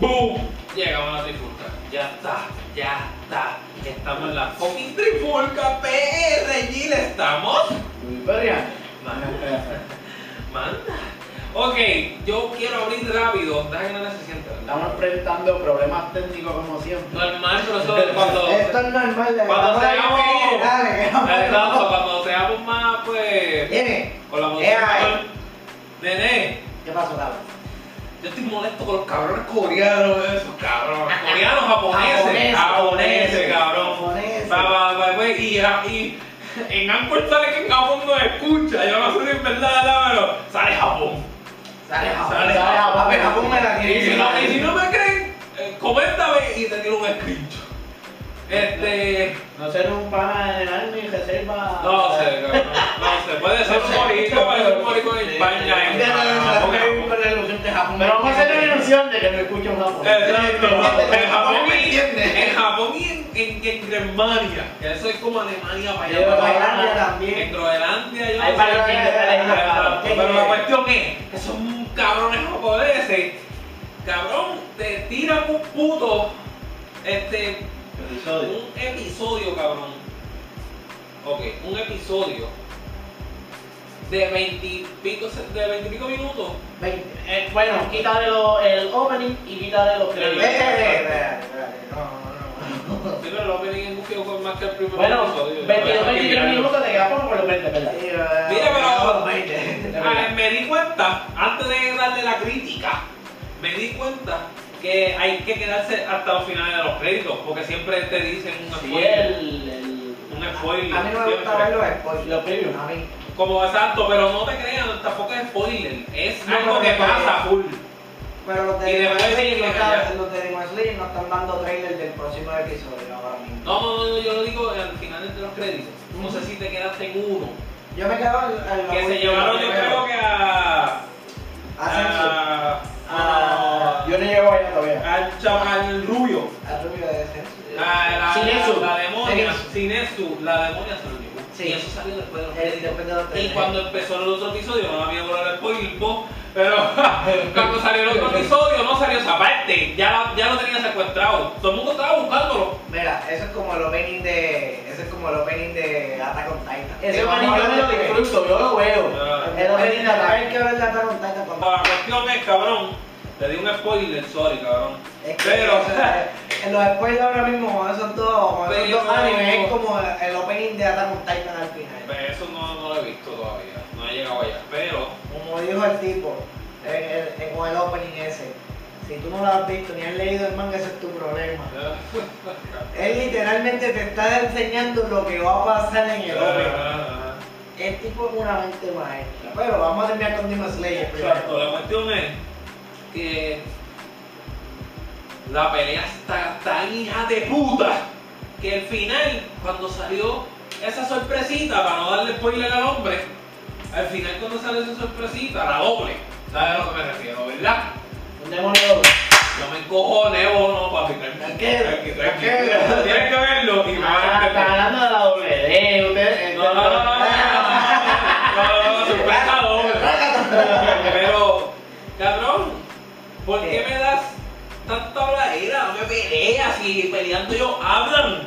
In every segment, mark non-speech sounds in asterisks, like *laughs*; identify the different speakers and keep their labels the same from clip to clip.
Speaker 1: ¡Boom! Llegamos a la trifulca. Ya está, ya está. Estamos en la fucking trifulca PR, Gil. ¿Estamos?
Speaker 2: *laughs*
Speaker 3: Muy perreando.
Speaker 1: Manda. Ok, yo quiero abrir rápido. Estás en la 60, ¿verdad?
Speaker 3: Estamos enfrentando problemas técnicos como siempre.
Speaker 1: Normal, pero eso cuando...
Speaker 2: *laughs* Esto es normal. de
Speaker 1: Cuando
Speaker 2: verdad,
Speaker 1: seamos-
Speaker 2: dale, dale,
Speaker 1: Dale,
Speaker 2: vamos.
Speaker 1: vamos, cuando seamos más, pues...
Speaker 2: Nene,
Speaker 1: Con la
Speaker 2: Eh,
Speaker 1: música... Nene,
Speaker 2: ¿Qué pasó, Tabla?
Speaker 1: yo estoy molesto con los cabrones coreanos, esos cabrones. Coreanos, japoneses,
Speaker 2: Japoneses,
Speaker 1: japoneses, ah, cabrón.
Speaker 2: Japoneses.
Speaker 1: Va, va, va, güey, y, ah, y en Anchor sale que en Japón no escucha. Yo no sé si es verdad, ¿verdad? pero sale Japón.
Speaker 2: Sale, Japón,
Speaker 1: Sale,
Speaker 2: sale, Japón.
Speaker 3: Japón.
Speaker 2: Japón me la
Speaker 1: Y si
Speaker 2: tiene.
Speaker 1: no, y si no me creen, eh, coméntame y te tiro un escrito. Este.
Speaker 3: No ser un pana en el army reserva.
Speaker 1: No sé, cabrón, no sé. Puede ser un morico, puede ser un morico en España. en Japón, en Japón.
Speaker 3: Pero vamos a hacer la ilusión de que no escucha un japonés.
Speaker 1: Exacto. En Japón
Speaker 2: Japón me
Speaker 1: y-
Speaker 2: entiende.
Speaker 1: En Japón y en, en, en Germania. Que eso es como Alemania para
Speaker 3: Pero
Speaker 1: allá.
Speaker 2: Tailandia
Speaker 1: En
Speaker 2: también.
Speaker 1: Groenlandia, yo
Speaker 3: Hay
Speaker 1: no sé.
Speaker 3: varios que
Speaker 1: Exacto,
Speaker 3: se
Speaker 1: Pero la cuestión es que son cabrones japoneses. Cabrón, te tiran un puto este,
Speaker 3: Episodio.
Speaker 1: un episodio, cabrón. Ok, un episodio de veintipico de 20 y pico minutos.
Speaker 3: Eh, bueno, quítale lo- el opening y quítale los
Speaker 2: Eh,
Speaker 3: créditos.
Speaker 2: eh, eh, eh, no, no, no.
Speaker 1: Sí, pero el opening es un poquito con más que el primer
Speaker 3: Bueno,
Speaker 1: episodio.
Speaker 3: 22,
Speaker 1: Hay que
Speaker 3: 23
Speaker 1: mirarlo.
Speaker 3: minutos te quedas como por los 20, ¿verdad?
Speaker 2: Sí, eh,
Speaker 1: Mira, pero-
Speaker 2: veinte.
Speaker 1: Ah, me di cuenta, antes de darle la crítica, me di cuenta que hay que quedarse hasta los finales de los créditos, porque siempre te dicen un
Speaker 3: Sí,
Speaker 1: spoiler.
Speaker 3: el- el-
Speaker 1: Un spoiler.
Speaker 2: A mí no me
Speaker 1: siempre.
Speaker 2: gusta ver los spoilers.
Speaker 3: Los previews.
Speaker 2: A mí.
Speaker 1: Como exacto, pero no te crean, tampoco es spoiler. Es
Speaker 2: No,
Speaker 1: algo
Speaker 2: no,
Speaker 1: que
Speaker 2: no, no.
Speaker 1: pasa full.
Speaker 2: Pero los de
Speaker 1: Y después
Speaker 2: Demon Slayer
Speaker 1: sí,
Speaker 2: no
Speaker 1: que
Speaker 2: están-
Speaker 1: ya.
Speaker 2: los de Demon Slayer no están dando trailer del próximo episodio ahora mismo.
Speaker 1: No, no, no, yo lo digo al final de los créditos. No sé si te quedaste en uno.
Speaker 2: Yo me quedo al- al-
Speaker 1: Que se
Speaker 2: al-
Speaker 1: llevaron, yo
Speaker 2: primero.
Speaker 1: creo que a.
Speaker 2: Ascenso.
Speaker 1: a-
Speaker 2: Ah.
Speaker 1: a-
Speaker 3: Yo no llego allá todavía.
Speaker 1: Al chaval, al rubio.
Speaker 2: Al rubio de Ascenso.
Speaker 1: La, la,
Speaker 3: Sinesu.
Speaker 1: la demonia, Sinesu, la demonia se lo llevó.
Speaker 2: Sí.
Speaker 1: Y eso salió después de los
Speaker 2: Eh,
Speaker 1: créditos.
Speaker 2: después de los
Speaker 1: Y
Speaker 2: trailers.
Speaker 1: cuando empezó el otro episodio, no había volado el spoiler, po, pero *laughs* cuando salió el otro episodio no salió esa parte, ya, ya lo tenía secuestrado. Todo el mundo estaba buscándolo.
Speaker 2: Mira, eso es como el opening de. Eso es como el opening de Attack on Titan.
Speaker 3: Ese
Speaker 2: Que vamos
Speaker 3: opening
Speaker 2: a
Speaker 3: yo me
Speaker 2: hablar
Speaker 3: lo
Speaker 2: después.
Speaker 3: disfruto, yo lo veo.
Speaker 1: Ah.
Speaker 2: El opening de Attack- hay que hablar de Attack on Titan cuando-
Speaker 1: La cuestión es, cabrón, te di un spoiler, sorry, cabrón.
Speaker 2: Es que
Speaker 1: Pero, *laughs*
Speaker 2: eso es- en los spoilers ahora mismo, como son todos, como son
Speaker 1: Pero-
Speaker 2: dos animes, es como el opening de Attack on Titan al final.
Speaker 1: pues eso no, no lo he visto todavía, no he llegado allá, pero...
Speaker 2: Como dijo el tipo, el- el- el- con el opening ese, si tú no lo has visto ni has leído el manga, ese es tu problema. Él literalmente te está enseñando lo que va a pasar en el opening.
Speaker 1: Ah.
Speaker 2: El tipo es una mente maestra. Pero vamos a terminar con Demon Slayer
Speaker 1: Exacto,
Speaker 2: primero.
Speaker 1: la cuestión es que la pelea está tan hija de puta que al final, cuando salió esa sorpresita, para no darle spoiler al hombre, al final cuando sale esa sorpresita, la doble, ¿sabes a lo que me refiero, verdad?
Speaker 3: Un demonio.
Speaker 1: Yo me encojoné, o no, papi, tranquilo,
Speaker 2: Tranquilo,
Speaker 1: tranquilo, tranquilo.
Speaker 2: tranquilo.
Speaker 1: Tienes que verlo y me vas a
Speaker 3: Ah, están
Speaker 1: entender.
Speaker 3: hablando de la WD. Ustedes. eh,
Speaker 1: No, no, no, no, no, no, no, no, no, sorpresa doble. Pero, cabrón, ¿por qué me das tanta habladera? No me peleas y peleando yo hablan.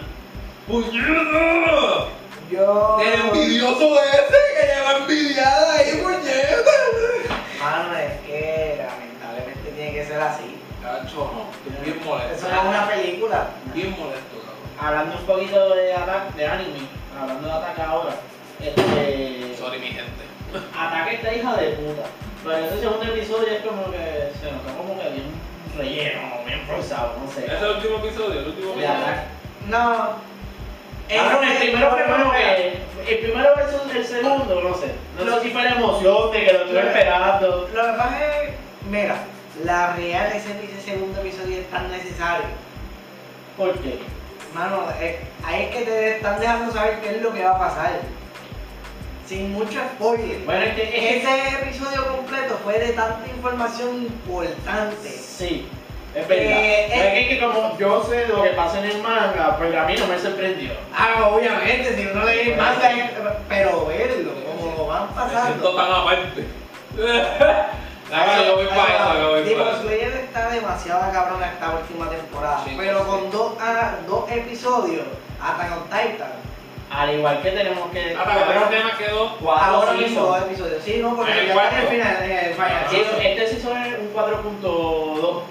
Speaker 1: ¡Puñeta!
Speaker 2: Yo.
Speaker 1: ¡El envidioso ese que lleva envidiada ahí, puñeta!
Speaker 2: Mano, es que lamentablemente tiene que ser así.
Speaker 1: Cacho, no, estoy bien
Speaker 2: Eso
Speaker 1: molesto.
Speaker 2: no es una película.
Speaker 1: Bien molesto, cabrón.
Speaker 3: Hablando un poquito de ataque, de anime. Hablando de ataque ahora. Este.
Speaker 1: Sorry, mi gente.
Speaker 3: Ataque esta hija de puta. Pero ese segundo episodio es como que se notó como que bien relleno, bien forzado, no sé.
Speaker 1: Ese es el último episodio, el último
Speaker 3: De
Speaker 1: episodio.
Speaker 3: ataque.
Speaker 2: No.
Speaker 3: Cabrón, el primero fue como
Speaker 2: que.
Speaker 3: que. El primero versus el segundo, no sé. No sé si fue la emoción de que lo estuve
Speaker 2: Mira.
Speaker 3: esperando.
Speaker 2: Lo que pasa es. Mira, la real ese, ese segundo episodio es tan necesario.
Speaker 3: ¿Por qué?
Speaker 2: Mano, eh, ahí es que te están dejando saber qué es lo que va a pasar. Sin mucho spoiler.
Speaker 3: Bueno, este es que. es-
Speaker 2: Ese episodio completo fue de tanta información importante.
Speaker 3: Sí, es verdad.
Speaker 2: Eh,
Speaker 3: Pero
Speaker 2: eh.
Speaker 3: es que como yo sé lo que pasa en el manga, pues a mí no me sorprendió.
Speaker 2: Ah, obviamente, si uno lee el manga, eh, pero verlo, como lo van
Speaker 1: Me
Speaker 2: pasando.
Speaker 1: siento tan aparte. Dame, yo voy para eso, yo voy
Speaker 2: Demon
Speaker 1: para eso.
Speaker 2: Slayer está demasiado cabrona esta última temporada.
Speaker 1: Sí,
Speaker 2: pero
Speaker 1: sí.
Speaker 2: con dos, ah, dos episodios, hasta con Titan.
Speaker 3: Al igual que tenemos que.
Speaker 1: Ah, pero ahora tema quedó.
Speaker 2: Ahora
Speaker 3: Cuatro
Speaker 2: mismo eh.
Speaker 3: seasons.
Speaker 2: dos episodios. Sí, no, porque
Speaker 1: En el
Speaker 2: ya está en
Speaker 1: cuarto.
Speaker 2: el final. En el final.
Speaker 3: Sí, este season es un 4.2.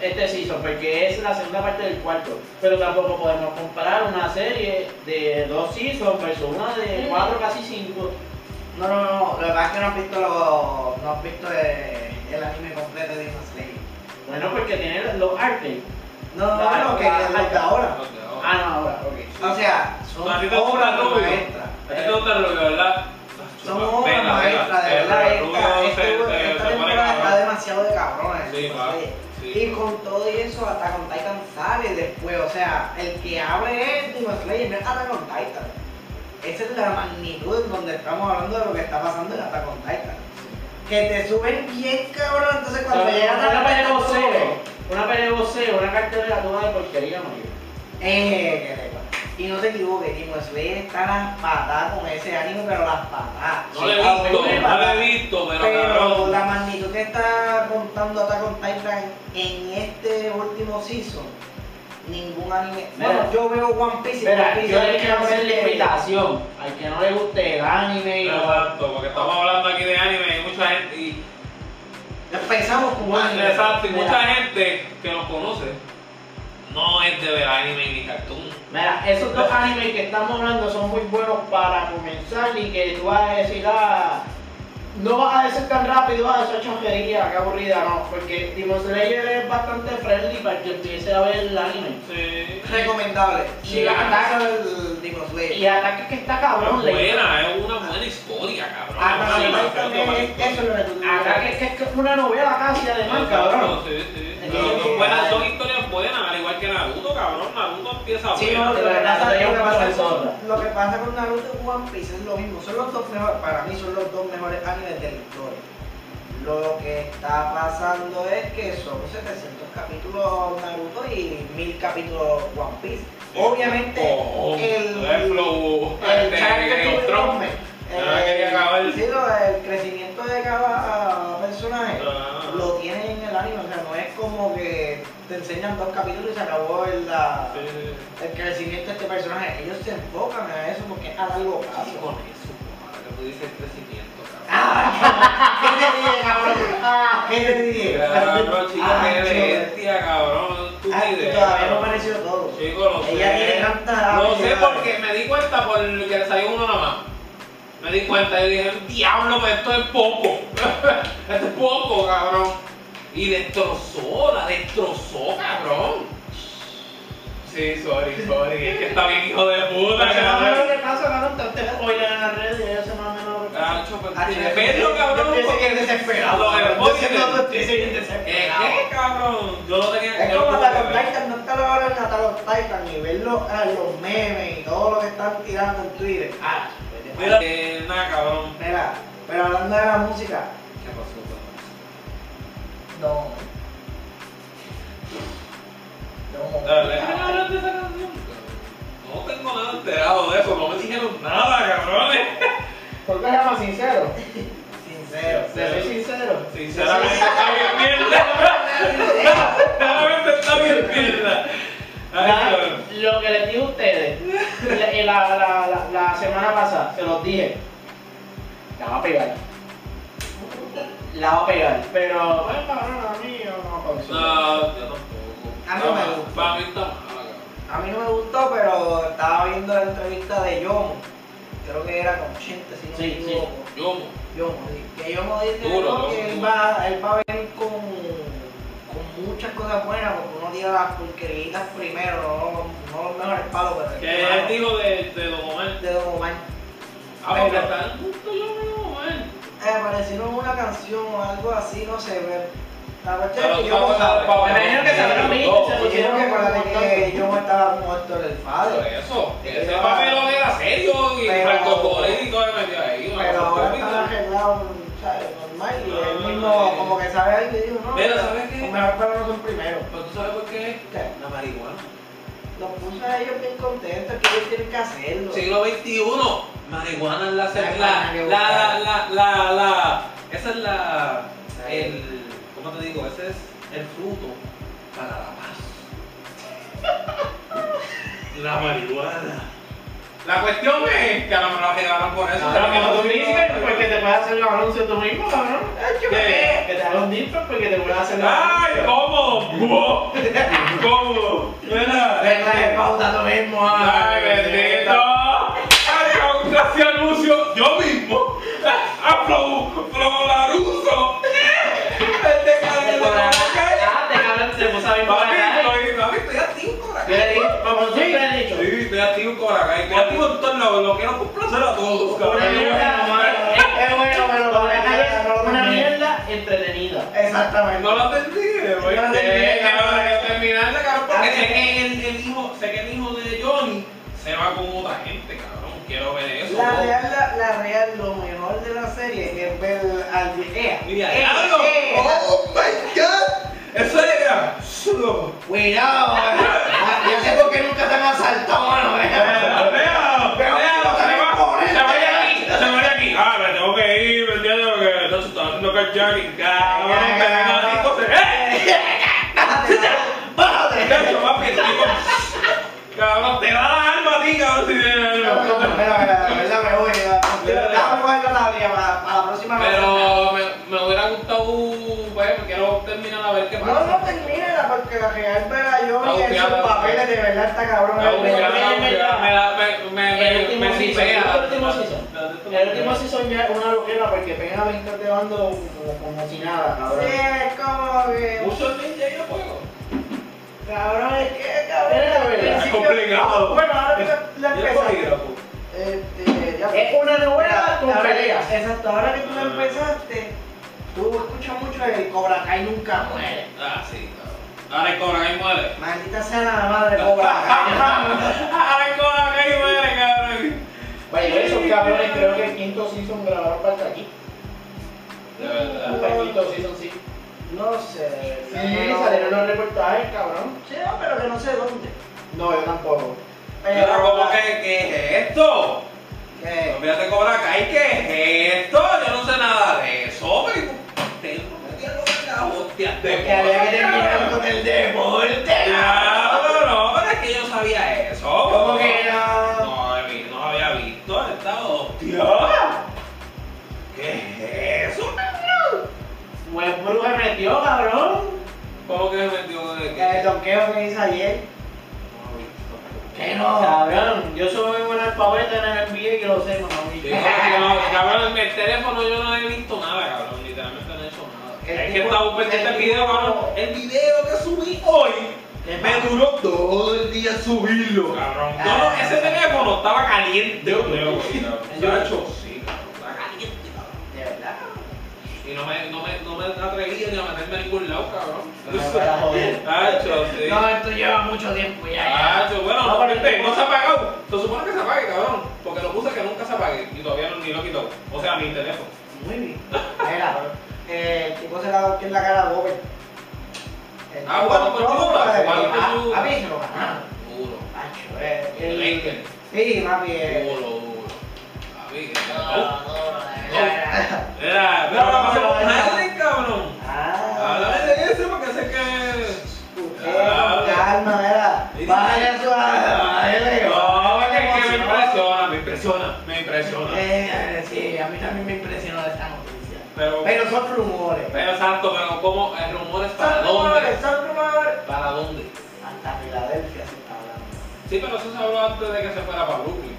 Speaker 3: Este season, porque es la segunda parte del cuarto. Pero tampoco podemos comparar una serie de dos seasons versus una de cuatro, casi cinco.
Speaker 2: No, no, no. Lo que pasa es que no has visto, lo- no has visto eh, el anime completo de Demon Slayer.
Speaker 3: Bueno, porque tiene los artes.
Speaker 2: No, no,
Speaker 3: Claro,
Speaker 2: no, que
Speaker 3: claro.
Speaker 2: es lo de ahora.
Speaker 3: Ah, no, ahora,
Speaker 2: O
Speaker 3: ok.
Speaker 2: sea, son
Speaker 1: A ti te gusta
Speaker 2: obras
Speaker 1: el rubio.
Speaker 2: maestras.
Speaker 1: A ti te gusta el rubio, ¿verdad?
Speaker 2: Son
Speaker 1: Chupa,
Speaker 2: obras
Speaker 1: pena,
Speaker 2: maestras, de
Speaker 1: pena.
Speaker 2: verdad.
Speaker 1: El
Speaker 2: Esta,
Speaker 1: rubio se-
Speaker 2: esta-
Speaker 1: se-
Speaker 2: esta
Speaker 1: se pone
Speaker 2: temporada
Speaker 1: cabrón.
Speaker 2: está demasiado de cabrones.
Speaker 1: Sí, va. Sí.
Speaker 2: Y con todo y eso, Attack on Titan sale después. O sea, el que abre es Demon Slayer, no es Attack on Titan. Esa es la magnitud en donde estamos hablando de lo que está pasando en Attack on Titan. Que te suben bien cabrón, entonces cuando
Speaker 3: Pero
Speaker 2: llegan a
Speaker 3: Una
Speaker 2: la
Speaker 3: pelea de
Speaker 2: todo-
Speaker 3: boxeo, una pelea de boxeo, una cartelera toda de porquería, Mario.
Speaker 2: Eh, que le va. Y no te equivoques, Demon Slayer está las patadas con ese ánimo, pero las patadas.
Speaker 1: No lo he
Speaker 2: Sí,
Speaker 1: visto,
Speaker 2: las
Speaker 1: no lo
Speaker 2: patadas.
Speaker 1: he visto, pero
Speaker 2: Pero
Speaker 1: cabrón.
Speaker 2: la magnitud que está contando Attack on Titan en este último season, ningún anime.
Speaker 3: Mira.
Speaker 2: bueno, yo veo One Piece y One
Speaker 3: Mira,
Speaker 2: Piece
Speaker 3: yo
Speaker 2: es
Speaker 3: le quiero hacer
Speaker 2: el que-
Speaker 3: la invitación al que no le guste el anime y los
Speaker 1: Exacto, porque estamos hablando aquí de anime y mucha gente. Y,
Speaker 2: Empezamos con un anime.
Speaker 1: exacto, y
Speaker 3: mira.
Speaker 1: mucha gente que nos conoce no es de ver anime ni cartoon.
Speaker 3: Mira, esos dos animes que estamos hablando son muy buenos para comenzar y que tú vas a decir, ah, no vas a decir tan rápido, ah, esa chonjería, qué aburrida, no, porque Demon Slayer es bastante friendly para que empiece a ver el anime.
Speaker 1: Sí.
Speaker 2: Recomendable.
Speaker 3: Sí,
Speaker 2: y
Speaker 3: la-
Speaker 2: Attack el Demon Slayer.
Speaker 3: Y ataque que está cabrón,
Speaker 1: Es
Speaker 3: le
Speaker 1: buena, es una buena historia, cabrón.
Speaker 2: Attack on
Speaker 1: Ah, Sí,
Speaker 2: Titan
Speaker 1: perfecto,
Speaker 2: es-
Speaker 1: perfecto.
Speaker 2: eso es lo que tú
Speaker 3: Ataque que es una novela casi además, cabrón.
Speaker 1: Sí, sí.
Speaker 3: Es
Speaker 1: Pero
Speaker 3: que-
Speaker 1: son, buenas, son historias buenas, al igual que Naruto, cabrón. Naruto empieza
Speaker 2: Sí,
Speaker 1: buena.
Speaker 2: no, lo que
Speaker 3: Pero
Speaker 2: pasa,
Speaker 3: Naruto
Speaker 2: lo que
Speaker 3: es un
Speaker 2: pasa
Speaker 3: profesor.
Speaker 2: con, lo que pasa con Naruto y One Piece es lo mismo. Son los dos mejores, para mí son los dos mejores animes de la historia. Lo que está pasando es que son 700 capítulos Naruto y 1000 capítulos One Piece. Obviamente,
Speaker 1: Oh,
Speaker 2: el-
Speaker 1: el flow. este,
Speaker 2: el
Speaker 1: de-
Speaker 2: character
Speaker 1: de Ostrom.
Speaker 2: development,
Speaker 1: Ah, quería
Speaker 2: el,
Speaker 1: acabar.
Speaker 2: eh, sí, lo- el crecimiento de cada personaje
Speaker 1: Ah.
Speaker 2: lo tienen en el anime. O sea, no es como que te enseñan dos capítulos y se acabó el, la,
Speaker 1: Sí, sí, sí.
Speaker 2: el crecimiento de este personaje. Ellos se enfocan a eso porque es a largo plazo.
Speaker 1: con eso, ahora que tú dices crecimiento, cabrón.
Speaker 3: *laughs*
Speaker 2: Ah, ¿Qué te dije, cabrón? Ah, ¿Qué te dije?
Speaker 1: Cabrón, chico,
Speaker 2: Ah,
Speaker 1: qué
Speaker 2: chico.
Speaker 1: bestia, cabrón. Tú
Speaker 2: Ah,
Speaker 1: idea.
Speaker 2: Todavía no apareció todo.
Speaker 1: Chico, lo sé.
Speaker 2: Ella tiene tanta
Speaker 1: Lo sé
Speaker 2: habilidad.
Speaker 1: porque me di cuenta por el que le salió uno nada más. Me di cuenta y dije, diablo, pues esto es poco. *laughs* esto es poco, cabrón. Y destrozó, la destrozó, cabrón. Sí, sorry, sorry. Es que está bien hijo de puta, cabrón. Cacho, pues,
Speaker 2: Ah, chico,
Speaker 1: verlo,
Speaker 2: Yo
Speaker 1: cabrón,
Speaker 2: estoy
Speaker 1: porque
Speaker 2: bien desesperado.
Speaker 1: Lo del
Speaker 2: Yo estoy
Speaker 1: boxeo.
Speaker 2: siendo- estoy siendo bien
Speaker 1: ¿Qué,
Speaker 2: desesperado.
Speaker 1: qué, cabrón? Yo lo tenía
Speaker 2: Es
Speaker 1: yo lo
Speaker 2: como
Speaker 1: tuve
Speaker 2: Attack on
Speaker 1: que ver.
Speaker 2: Titan, no estar ahora en Attack on Titan y ver los, ah, los memes y todo lo que están tirando en Twitter. Ah,
Speaker 1: Mira, eh, nada, cabrón.
Speaker 2: Mira, pero hablando de la música,
Speaker 1: ¿Qué pasó, cabrón?
Speaker 2: no. No.
Speaker 1: Dale. No tengo nada enterado de eso, no me dijeron nada, cabrones.
Speaker 3: ¿Por qué se llama sincero?
Speaker 2: Sincero.
Speaker 3: Se ve sincero.
Speaker 1: Sinceramente está bien mierda. Sinceramente está bien mierda. Ay,
Speaker 3: Nada,
Speaker 1: cabrón.
Speaker 3: Lo que les dije a ustedes la, la- la- la- la semana pasada, se los dije, la va a pegar. La va a pegar, pero. Bueno, cabrón, a mí yo no consigo.
Speaker 1: No, yo tampoco.
Speaker 2: A mí me gusta.
Speaker 1: Para mí está mala, cabrón.
Speaker 2: A mí no me gustó, pero estaba viendo la entrevista de Yomo. Creo que era con Chente, si no me
Speaker 3: Sí, sí.
Speaker 2: equivoco.
Speaker 1: Yo,
Speaker 2: Yomo, sí. Que Yomo dice
Speaker 1: Duro,
Speaker 2: ¿no?
Speaker 1: ¿no?
Speaker 2: que él va, él va a venir con, con muchas cosas buenas, porque uno tira las porqueritas primero, no, no los mejores palos, pero
Speaker 1: que
Speaker 2: el
Speaker 1: él dijo de, de Don Omar.
Speaker 2: de Don Omar.
Speaker 1: Ah, porque está en punto yo me Don Omar.
Speaker 2: Eh, aparecieron una canción o algo así, no sé, pero la verdad es
Speaker 1: Pero
Speaker 2: que yo no
Speaker 1: vamos a dar
Speaker 2: sabía.
Speaker 1: pa'
Speaker 3: Me imagino que se habrán visto,
Speaker 1: No,
Speaker 3: se
Speaker 2: Porque yo
Speaker 3: pusieron
Speaker 2: me acordé
Speaker 3: como
Speaker 2: que
Speaker 3: tontos.
Speaker 2: yo no estaba muerto del padre.
Speaker 1: Por eso,
Speaker 2: Sí,
Speaker 1: ese
Speaker 2: pero-
Speaker 1: papelón era serio y
Speaker 2: pero-
Speaker 1: francopolitico de metió ahí. una
Speaker 2: Pero
Speaker 1: cosa
Speaker 2: ahora
Speaker 1: cómica.
Speaker 2: está arreglado, ¿sabes? Normal. Y
Speaker 1: Ah.
Speaker 2: él mismo, como que sabe algo y digo, no,
Speaker 1: Pero,
Speaker 2: los
Speaker 1: ¿sabes qué?
Speaker 2: mejores perros no son primeros.
Speaker 1: Pero tú sabes por qué
Speaker 2: ¿Qué?
Speaker 1: la marihuana.
Speaker 2: Los puse a ellos bien contentos, que ellos tienen que hacerlo.
Speaker 1: Siglo XXI, marihuana es la la,
Speaker 2: La marihuana.
Speaker 1: la, la, la, la, esa es la,
Speaker 2: La-
Speaker 1: el, ¿cómo ¿cómo te digo? Ese es el fruto para la paz. *laughs* La marihuana. La cuestión es que a lo mejor regalaron por eso.
Speaker 4: Pero que no tú dices, porque
Speaker 1: pues,
Speaker 4: te puedes hacer los anuncios tú mismo, cabrón.
Speaker 1: ¿Qué?
Speaker 4: Que te hagas un disfraz porque te puedes hacer los
Speaker 1: ¡Ay,
Speaker 4: anuncios.
Speaker 1: *laughs* cómo! ¡Buah! ¡Cómo! ¡Mira!
Speaker 2: Regla de pauta tú mismo.
Speaker 1: ¡Ay, bendito! ¡Ay, aún casi anuncio! ¡Yo mismo! ¡Afro! ¡Floraruso! ¡Este
Speaker 4: Te
Speaker 1: cabrón de
Speaker 4: pones-
Speaker 1: la calle!
Speaker 4: Ah, te cabrón, se puso a ver por
Speaker 1: Papi,
Speaker 4: acá.
Speaker 1: estoy- papi, estoy activo por acá.
Speaker 4: Yo le dije, como siempre he dicho,
Speaker 1: Sí, estoy activo por acá. Estoy activo en todos lados. Lo quiero complacer a todos,
Speaker 4: una mierda, eh,
Speaker 1: cabrón. Eh,
Speaker 2: Es bueno, pero
Speaker 4: por
Speaker 2: por
Speaker 4: la calle es una
Speaker 2: una mierda.
Speaker 4: mierda entretenida.
Speaker 2: Exactamente.
Speaker 1: No lo entendí, güey.
Speaker 2: No lo entendí,
Speaker 1: Eh,
Speaker 2: cabrón.
Speaker 1: cabrón, terminar de cabrón, porque
Speaker 2: Ah,
Speaker 1: sé
Speaker 2: sí.
Speaker 1: que el, el hijo, sé que el hijo de Johnny se va con otra gente, cabrón. Quiero ver eso.
Speaker 2: La real, la, la real, lo mejor de la serie es ver al Ea.
Speaker 1: Mira,
Speaker 2: Ea,
Speaker 1: diablo.
Speaker 2: Ea.
Speaker 1: Oh my god. Eso era. Sudo.
Speaker 2: Cuidado, eh. yo sé por qué nunca te han asaltado, mano. eh.
Speaker 1: Vea, vea,
Speaker 2: Pero,
Speaker 1: se va,
Speaker 2: pobre.
Speaker 1: se va de aquí, se va de aquí. Ah, me tengo que ir, ¿me entiendes? Porque entonces estaba haciendo carjacking, cabrón,
Speaker 2: Ay,
Speaker 1: me dan
Speaker 2: ay, ay.
Speaker 1: a ti cosas. ¡Eh!
Speaker 2: Bájate, bájate.
Speaker 1: De hecho, papi, el tipo, Cabrón, te va a dar algo a ti, cabrón, si
Speaker 2: No,
Speaker 1: te-
Speaker 2: no, no, mira, mira, mira, me voy, mira. Déjame coger la tabla para- para la próxima vez.
Speaker 1: Pero me, me hubiera gustado, pues, me quiero terminar a ver qué pasa.
Speaker 2: No, no termínala porque la real vera
Speaker 1: Está
Speaker 2: yo y en sus
Speaker 1: bufiada,
Speaker 2: papeles de verdad está cabrón.
Speaker 1: La búsqueda, la
Speaker 4: me-
Speaker 1: búsqueda, me da- me- me-
Speaker 4: El
Speaker 1: me-
Speaker 4: último
Speaker 1: me
Speaker 4: season,
Speaker 1: sipea.
Speaker 4: el último season. El último season ya es una loquera porque pegan a brincar de bando como, como si nada, cabrón.
Speaker 2: Sí, es como que.
Speaker 1: Muchos ninjas y no puedo.
Speaker 2: Cabrón, es que cabrón.
Speaker 4: Es la
Speaker 2: al
Speaker 4: verdad, es
Speaker 2: principio-
Speaker 1: complicado.
Speaker 2: Bueno, ahora que la
Speaker 1: Yo no puedo ir,
Speaker 2: empezaste.
Speaker 1: loco.
Speaker 2: Este, ya.
Speaker 4: Es una novela con
Speaker 2: Ahora que-
Speaker 4: peleas.
Speaker 2: Exacto, ahora que tú la empezaste, tú escuchas mucho el Cobra Kai nunca muere.
Speaker 1: Ah, sí, cabrón. Ahora el Cobra Kai muere. *laughs*
Speaker 2: Maldita sea la madre Cobra Kai.
Speaker 1: Ahora el Cobra Kai muere, cabrón.
Speaker 4: Vaya, esos cabrones creo que el quinto season grabaron para aquí.
Speaker 1: De verdad.
Speaker 4: Hasta el quinto season sí. Sí,
Speaker 2: No sé. Sí,
Speaker 4: salieron los reportajes, cabrón.
Speaker 2: Sí, no, pero que no sé dónde.
Speaker 4: No, yo tampoco.
Speaker 1: Pero como que, ¿qué es esto? No
Speaker 2: que-
Speaker 1: fíjate Cobra Kai, ¿qué es esto? Yo no sé nada de eso, pero tengo que meterlo en la hostia. de
Speaker 2: Que había que
Speaker 1: cosas,
Speaker 2: terminar
Speaker 1: cabrón.
Speaker 2: con el deporte.
Speaker 1: Claro, no, pero es que yo no sabía eso.
Speaker 2: Como que no.
Speaker 1: No, de mí no había visto esta hostia. ¿Qué es eso?
Speaker 4: Buen bruja metió, cabrón.
Speaker 1: ¿Cómo que se metió de
Speaker 2: El
Speaker 1: qué?
Speaker 2: donqueo que hice ayer. Que no.
Speaker 4: Cabrón, yo soy un alfabeto en el NBA y lo sé, mamá.
Speaker 3: *laughs*
Speaker 1: Sí, no, no, Cabrón, en el teléfono yo no he visto nada, cabrón. Literalmente no he hecho
Speaker 2: El
Speaker 1: nada. Es que
Speaker 2: tipo-
Speaker 1: estaba pendiente
Speaker 2: el
Speaker 1: el video,
Speaker 2: tipo-
Speaker 1: cabrón. El video que subí hoy me duró todo el día subirlo, cabrón. No, no, ese teléfono estaba caliente. Yo creo, güey, cabrón.
Speaker 2: Yo-
Speaker 1: Yo hecho, sí, cabrón. Estaba caliente, cabrón.
Speaker 2: De verdad.
Speaker 1: Y no me, no me, no me he atrevido ni a meterme a ningún lado, cabrón.
Speaker 4: No, para joder.
Speaker 1: *laughs* Tacho, sí.
Speaker 2: No, esto lleva mucho tiempo ya. ya.
Speaker 1: Tacho, bueno,
Speaker 4: No,
Speaker 1: no,
Speaker 4: pero-
Speaker 1: viste, no se ha apagado. Se supone que se apague, cabrón. Porque lo puse que nunca se apague y todavía no, ni lo quitó. O sea, mi teléfono.
Speaker 2: Muy bien. Mira, eh, el tipo se la golpeó en la cara a Bobet.
Speaker 1: Ah, bueno, pues, tú, bueno, tú.
Speaker 2: A mí se lo ganaron.
Speaker 1: Duro.
Speaker 2: ah, Macho, eh,
Speaker 1: El Laker.
Speaker 2: Sí, papi. eh.
Speaker 1: Duro, duro. A ver,
Speaker 2: No, no, no, de verdad.
Speaker 1: Era, pero
Speaker 4: No,
Speaker 1: ahora
Speaker 4: no,
Speaker 1: pasemos
Speaker 4: no, no.
Speaker 1: a Harden, cabrón.
Speaker 2: Ah.
Speaker 1: Háblame de ese porque sé que.
Speaker 2: Pero, calma, era. Vaya
Speaker 1: No, es
Speaker 2: suave.
Speaker 1: que me impresiona, me impresiona, me impresiona.
Speaker 2: Eh, sí, a mí también me impresionó esta noticia.
Speaker 1: Pero,
Speaker 2: Pero son rumores.
Speaker 1: pero exacto, pero ¿cómo? ¿El rumor es para
Speaker 2: Son
Speaker 1: dónde?
Speaker 2: rumores, son rumores.
Speaker 1: ¿Para dónde?
Speaker 2: Hasta Filadelfia se está hablando.
Speaker 1: Sí, pero eso se habló antes de que se fuera para Brooklyn.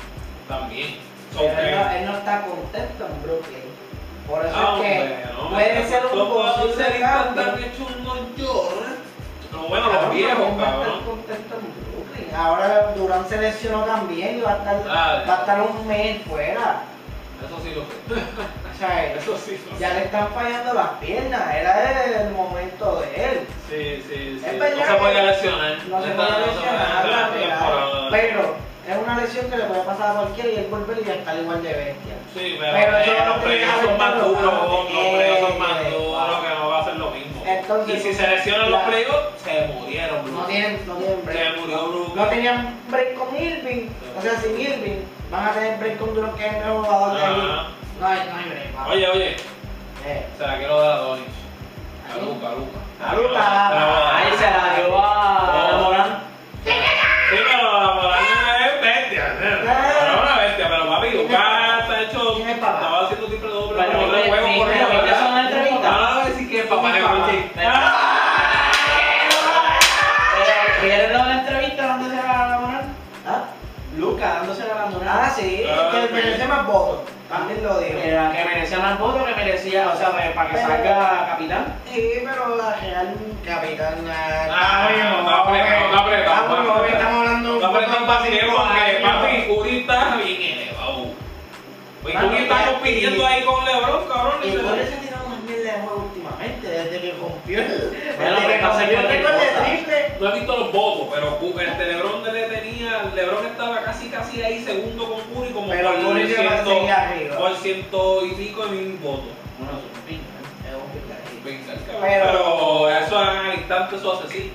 Speaker 1: También. So,
Speaker 2: Pero
Speaker 1: que-
Speaker 2: él, no, él no está contento en Brooklyn. Por eso
Speaker 1: Ah,
Speaker 2: es que
Speaker 1: hombre, no,
Speaker 2: puede
Speaker 1: no
Speaker 2: ser un
Speaker 1: puedo
Speaker 2: posible
Speaker 1: ser
Speaker 2: cambio.
Speaker 1: instantáneo hecho un montón. Pero bueno,
Speaker 2: Cabrón,
Speaker 1: los viejos,
Speaker 2: ¿quién va a estar
Speaker 1: cabrón.
Speaker 2: contento en Brooklyn? Ahora Durán se lesionó también y va a estar,
Speaker 1: Ah,
Speaker 2: va a estar un mes fuera.
Speaker 1: Eso sí lo sé.
Speaker 2: O sea,
Speaker 1: Eso sí lo sé.
Speaker 2: ya le están fallando las piernas. Era el, momento de él.
Speaker 1: Sí, sí, sí.
Speaker 2: Es
Speaker 1: No
Speaker 2: verdad
Speaker 1: se
Speaker 2: que-
Speaker 1: puede lesionar.
Speaker 2: No se
Speaker 1: Esta-
Speaker 2: puede
Speaker 1: no se
Speaker 2: lesionar,
Speaker 1: puede
Speaker 2: la
Speaker 1: lesionar
Speaker 2: pegada.
Speaker 1: temporada.
Speaker 2: pero es una lesión que le puede pasar a cualquiera y él volver y ya está igual de bestia.
Speaker 1: Sí,
Speaker 2: pero
Speaker 1: pero
Speaker 2: eso
Speaker 1: eh,
Speaker 2: no
Speaker 1: los premios son más
Speaker 2: tiene
Speaker 1: duros,
Speaker 2: nada
Speaker 1: los
Speaker 2: que ver.
Speaker 1: premios son más
Speaker 2: Eh,
Speaker 1: duros, que no va a ser lo mismo.
Speaker 2: Entonces,
Speaker 1: y si se lesionan los
Speaker 2: la-
Speaker 1: playoffs, se murieron, bro.
Speaker 2: No tienen, no tienen break.
Speaker 1: Se murió Brook.
Speaker 2: No tenían break con Irving. O sea, sin Irving van a tener break con Durant, que es el mejor jugador de
Speaker 1: Ajá. Ah.
Speaker 2: ahí. No hay, no hay break. papá.
Speaker 1: Oye, oye,
Speaker 2: Eh,
Speaker 1: se la quiero dar a Donis. A Luca, a Luca.
Speaker 4: Aruta.
Speaker 3: Ahí se la dio a a Morán.
Speaker 1: Sí, pero la moral no es bestia. No es una bestia, pero papi, Luca está hecho.
Speaker 2: ¿Quién es papá?
Speaker 1: Estaba haciendo siempre todo, pero
Speaker 3: Pero
Speaker 1: como tres
Speaker 3: ¿viste-
Speaker 1: juegos
Speaker 3: viste-
Speaker 1: corridos,
Speaker 3: viste
Speaker 1: ¿verdad?
Speaker 3: eso en la entrevista?
Speaker 1: No, no, decir que es papá de
Speaker 2: ¿Quién es papá?
Speaker 1: Gucci. ¡Ah!
Speaker 3: Pero, ¿Vieron lo de la entrevista dándose a Morán?
Speaker 2: ¿Ah?
Speaker 3: Luca dándose a
Speaker 2: ah,
Speaker 3: Morán.
Speaker 2: sí,
Speaker 1: Ah,
Speaker 2: que
Speaker 1: sí.
Speaker 2: merece más votos. También lo digo.
Speaker 3: Era que merecía más votos que merecía, o sea, pues, para que salga capitán.
Speaker 2: Sí, pero la Real Capitana.
Speaker 1: Ah, está apretado, está apretado,
Speaker 2: Ah, bueno,
Speaker 1: está apretado.
Speaker 2: estamos hablando un
Speaker 1: No
Speaker 2: poco
Speaker 1: apretó
Speaker 2: de
Speaker 1: más tiempo porque
Speaker 2: pasivo,
Speaker 1: papi,
Speaker 2: ahí,
Speaker 1: Curry está bien elevado. Pues, Y
Speaker 2: Mano,
Speaker 1: Curry está
Speaker 2: y-
Speaker 1: compitiendo ahí con LeBron, cabrón.
Speaker 2: ¿no?
Speaker 1: y
Speaker 2: Y
Speaker 1: se-
Speaker 2: Curry se ha tirado más mierda de juego últimamente, desde que rompió el.
Speaker 3: Bueno,
Speaker 2: desde que
Speaker 3: pero pasa
Speaker 2: rompió el
Speaker 3: cualquier
Speaker 2: récord de
Speaker 3: cosa.
Speaker 2: triple.
Speaker 1: No he visto los votos, pero Cu- este LeBron le tenía, LeBron estaba casi casi ahí segundo con Curry como
Speaker 2: Pero
Speaker 1: por
Speaker 2: Curry se va a
Speaker 1: 100,
Speaker 2: seguir arriba.
Speaker 1: por ciento y pico de mil votos.
Speaker 3: Bueno, eso es un pinche, ¿eh?
Speaker 2: Es un pilar.
Speaker 1: Pero,
Speaker 2: Pero-
Speaker 1: eso al instante eso hace así.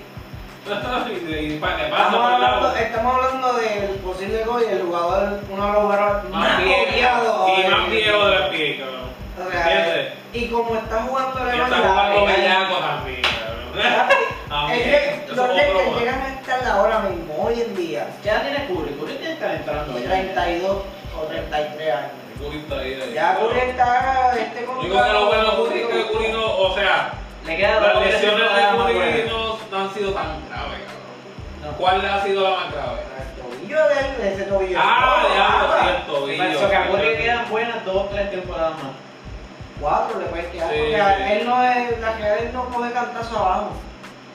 Speaker 1: *laughs* y, y pa- le pasa por
Speaker 2: Estamos
Speaker 1: el
Speaker 2: hablando,
Speaker 1: lado.
Speaker 2: estamos hablando del posible gol y el jugador, uno de los jugadores
Speaker 1: Más
Speaker 2: más odiados.
Speaker 1: viejo y más
Speaker 2: del-
Speaker 1: viejo de la piel, cabrón.
Speaker 2: O
Speaker 1: ¿Entiendes?
Speaker 2: sea, y como está jugando
Speaker 1: Y
Speaker 2: LeBron,
Speaker 1: está
Speaker 2: la
Speaker 1: jugando
Speaker 2: pega-
Speaker 1: *laughs* bellaco también, cabrón.
Speaker 2: Es
Speaker 1: También,
Speaker 2: que
Speaker 1: eso
Speaker 2: los
Speaker 1: es otro
Speaker 2: Lakers
Speaker 1: más.
Speaker 2: llegan a estar ahora mismo, hoy en día,
Speaker 3: ¿Qué edad tiene Curry? Curry tiene que estar entrando ya.
Speaker 2: 32 o 33 años.
Speaker 1: Curry está ahí, ahí.
Speaker 2: Ya Curry está este
Speaker 1: Lo único que lo bueno de Curry es que Curry
Speaker 2: Curry
Speaker 1: no, o sea,
Speaker 3: Le queda dos
Speaker 1: Las
Speaker 3: veces
Speaker 1: lesiones
Speaker 3: para
Speaker 1: de Curry
Speaker 3: Morán.
Speaker 1: no, no han sido tan graves, cabrón.
Speaker 3: No.
Speaker 1: ¿Cuál ha sido la más grave?
Speaker 2: El tobillo de él, ese tobillo.
Speaker 1: Ah,
Speaker 2: Ah,
Speaker 1: ya, lo
Speaker 3: Me
Speaker 1: siento,
Speaker 3: pareció que a Curry le quedan buenas dos o tres temporadas más.
Speaker 2: Cuatro le puedes quedar.
Speaker 1: Sí.
Speaker 2: porque a él no es, la que él no coge cantazo abajo.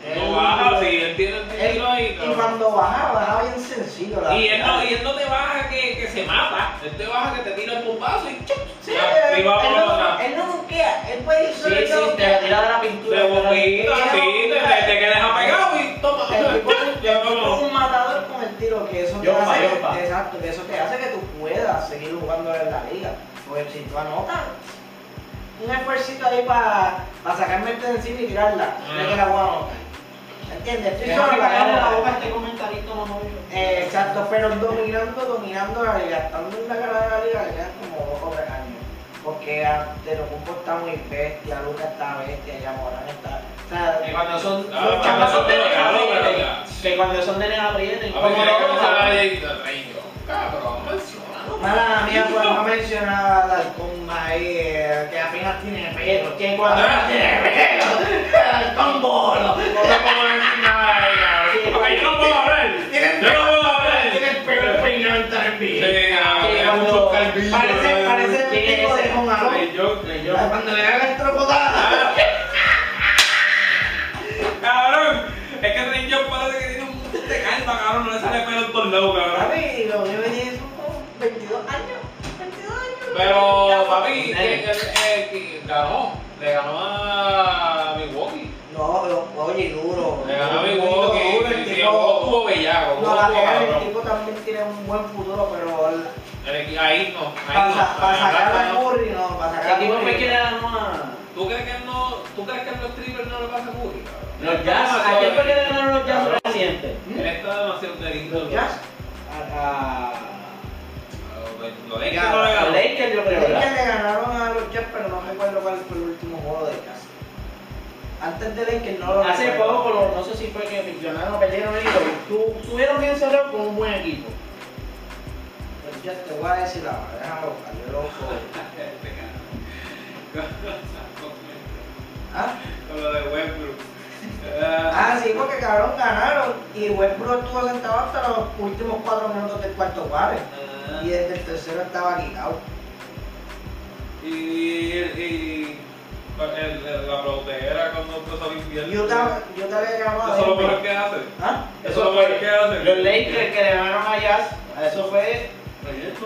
Speaker 2: Él-
Speaker 1: No baja, sí, él tiene el
Speaker 2: él-
Speaker 1: tiro ahí,
Speaker 2: y
Speaker 1: cabrón.
Speaker 2: cuando baja, baja bien sencillo. La
Speaker 1: Y él, no,
Speaker 2: verdad.
Speaker 1: y él no te baja que, que se mata, él te baja que te tira el bombazo y chup.
Speaker 2: Sí,
Speaker 1: Ya, y
Speaker 2: él,
Speaker 1: va por
Speaker 2: no,
Speaker 1: otra.
Speaker 2: él no buquea, él puede ir
Speaker 3: Sí,
Speaker 2: solo. él
Speaker 3: sí,
Speaker 2: no
Speaker 3: te
Speaker 2: buquea.
Speaker 3: la tira de la pintura.
Speaker 1: Se bombita,
Speaker 2: él-
Speaker 1: sí,
Speaker 2: él-
Speaker 1: te, te, te quedas apegado y toma.
Speaker 2: El tipo-
Speaker 1: chup, ya,
Speaker 2: el tipo es
Speaker 1: vámonos.
Speaker 2: un matador con el tiro que eso te
Speaker 3: Yompa,
Speaker 2: hace
Speaker 3: yompa.
Speaker 2: exacto que eso te hace que tú puedas seguir jugando en la liga porque si tú anotas un esfuercito ahí para sacarme el de encima y tirarla
Speaker 1: Ah.
Speaker 2: es que la voy a anotar ¿entiendes? estoy
Speaker 3: Déjame
Speaker 2: solo en la
Speaker 3: callarle la
Speaker 2: cara.
Speaker 3: boca a este comentarista mamón.
Speaker 2: Eh, exacto pero dominando dominando la liga estando en la cara de la liga le quedan como dos o tres años porque Antetokounmpo está muy bestia Luca está bestia Yamorán está o sea
Speaker 3: Que cuando son
Speaker 1: Ah,
Speaker 3: los chamacos
Speaker 1: cuando son
Speaker 3: son de
Speaker 1: de-
Speaker 3: nena aprieten.
Speaker 1: ah, no, A ver,
Speaker 3: Que cuando son de nena aprieten. Como
Speaker 1: mira
Speaker 3: no,
Speaker 1: cómo se va
Speaker 3: no.
Speaker 1: a ir del reino. Cabrón, menciónalo.
Speaker 2: Mala mía, pues no mencionaba al halcón ahí, eh, que apenas tiene pelo, que cuando
Speaker 1: Ah.
Speaker 2: no tiene pelo, halcón bolo.
Speaker 1: No puedo decir nada, cabrón. Porque yo no puedo hablar.
Speaker 2: Tienen
Speaker 1: Yo no puedo hablar. ah,
Speaker 2: Tiene pelo peinado en tarpilla.
Speaker 3: mucho
Speaker 2: Parece, parece
Speaker 3: ¿Quién
Speaker 2: el
Speaker 3: es
Speaker 2: tipo de
Speaker 3: ese?
Speaker 2: Juan Alonso.
Speaker 1: Soy yo, soy yo.
Speaker 2: Cuando eh. le haga estropotada.
Speaker 1: Cabrón, es que Rey John parece que tiene un montón de calma, cabrón. No le sale pelo en torneo,
Speaker 2: A
Speaker 1: cabrón.
Speaker 2: mí, lo mío tiene como 22 años. 22 años.
Speaker 1: Pero, papi, que- que- que ganó. Le ganó a Milwaukee.
Speaker 2: No, pero, oye, duro.
Speaker 1: Le ganó a
Speaker 2: Duro,
Speaker 1: Milwaukee.
Speaker 2: duro, el
Speaker 1: Y
Speaker 2: tipo-
Speaker 1: Milwaukee estuvo bellaco.
Speaker 2: No, la
Speaker 1: estuvo
Speaker 2: real, el
Speaker 1: cabrón.
Speaker 2: tipo también tiene un buen futuro, pero la-
Speaker 1: El equi- Ahí no. Ahí
Speaker 2: Para
Speaker 1: no.
Speaker 2: sacar a Curry, no, para sacar
Speaker 3: El
Speaker 2: a
Speaker 3: tipo fue que
Speaker 2: Curry.
Speaker 3: le ganó a.
Speaker 1: ¿Tú crees que él no, tú crees que a los strippers no le pasa a Curry, cabrón?
Speaker 3: Los Jazz. ¿A quién fue que le ganaron los Jazz
Speaker 1: Cabrón.
Speaker 3: recientes?
Speaker 1: Él está demasiado delito.
Speaker 2: Los Jazz,
Speaker 3: A.
Speaker 1: Lo de que
Speaker 2: Ya,
Speaker 1: pues, no le
Speaker 3: A
Speaker 1: ganó.
Speaker 3: Lakers, yo creo.
Speaker 2: creo que
Speaker 3: ¿verdad?
Speaker 2: le ganaron a los Jazz, pero no recuerdo cuál fue el último juego de Jazz. Antes de Lakers no lo
Speaker 3: Hace
Speaker 2: recuerdo.
Speaker 3: poco, lo- no sé si fue que mencionaron o perdieron el hilo, tu- tuvieron bien cerrado con un buen equipo.
Speaker 2: Los Jazz Pues te voy a decir la verdad, déjalo buscar, yo lo busco.
Speaker 1: Este
Speaker 2: ¿Ah?
Speaker 1: *laughs* Con lo de Westbrook.
Speaker 2: ah, sí, porque cabrón ganaron y Westbrook estuvo sentado hasta los últimos cuatro minutos del cuarto cuarto
Speaker 1: Ah,
Speaker 2: y desde el tercero estaba quitado.
Speaker 1: Y, y pues, el- el- la proteera cuando empezó a limpiar.
Speaker 2: Utah, Utah le ganó a
Speaker 1: Eso es lo
Speaker 2: Denver.
Speaker 1: peor que hace.
Speaker 2: ¿Ah?
Speaker 1: Eso es lo peor que hace.
Speaker 3: Los Lakers que le ganaron a Jazz, eso fue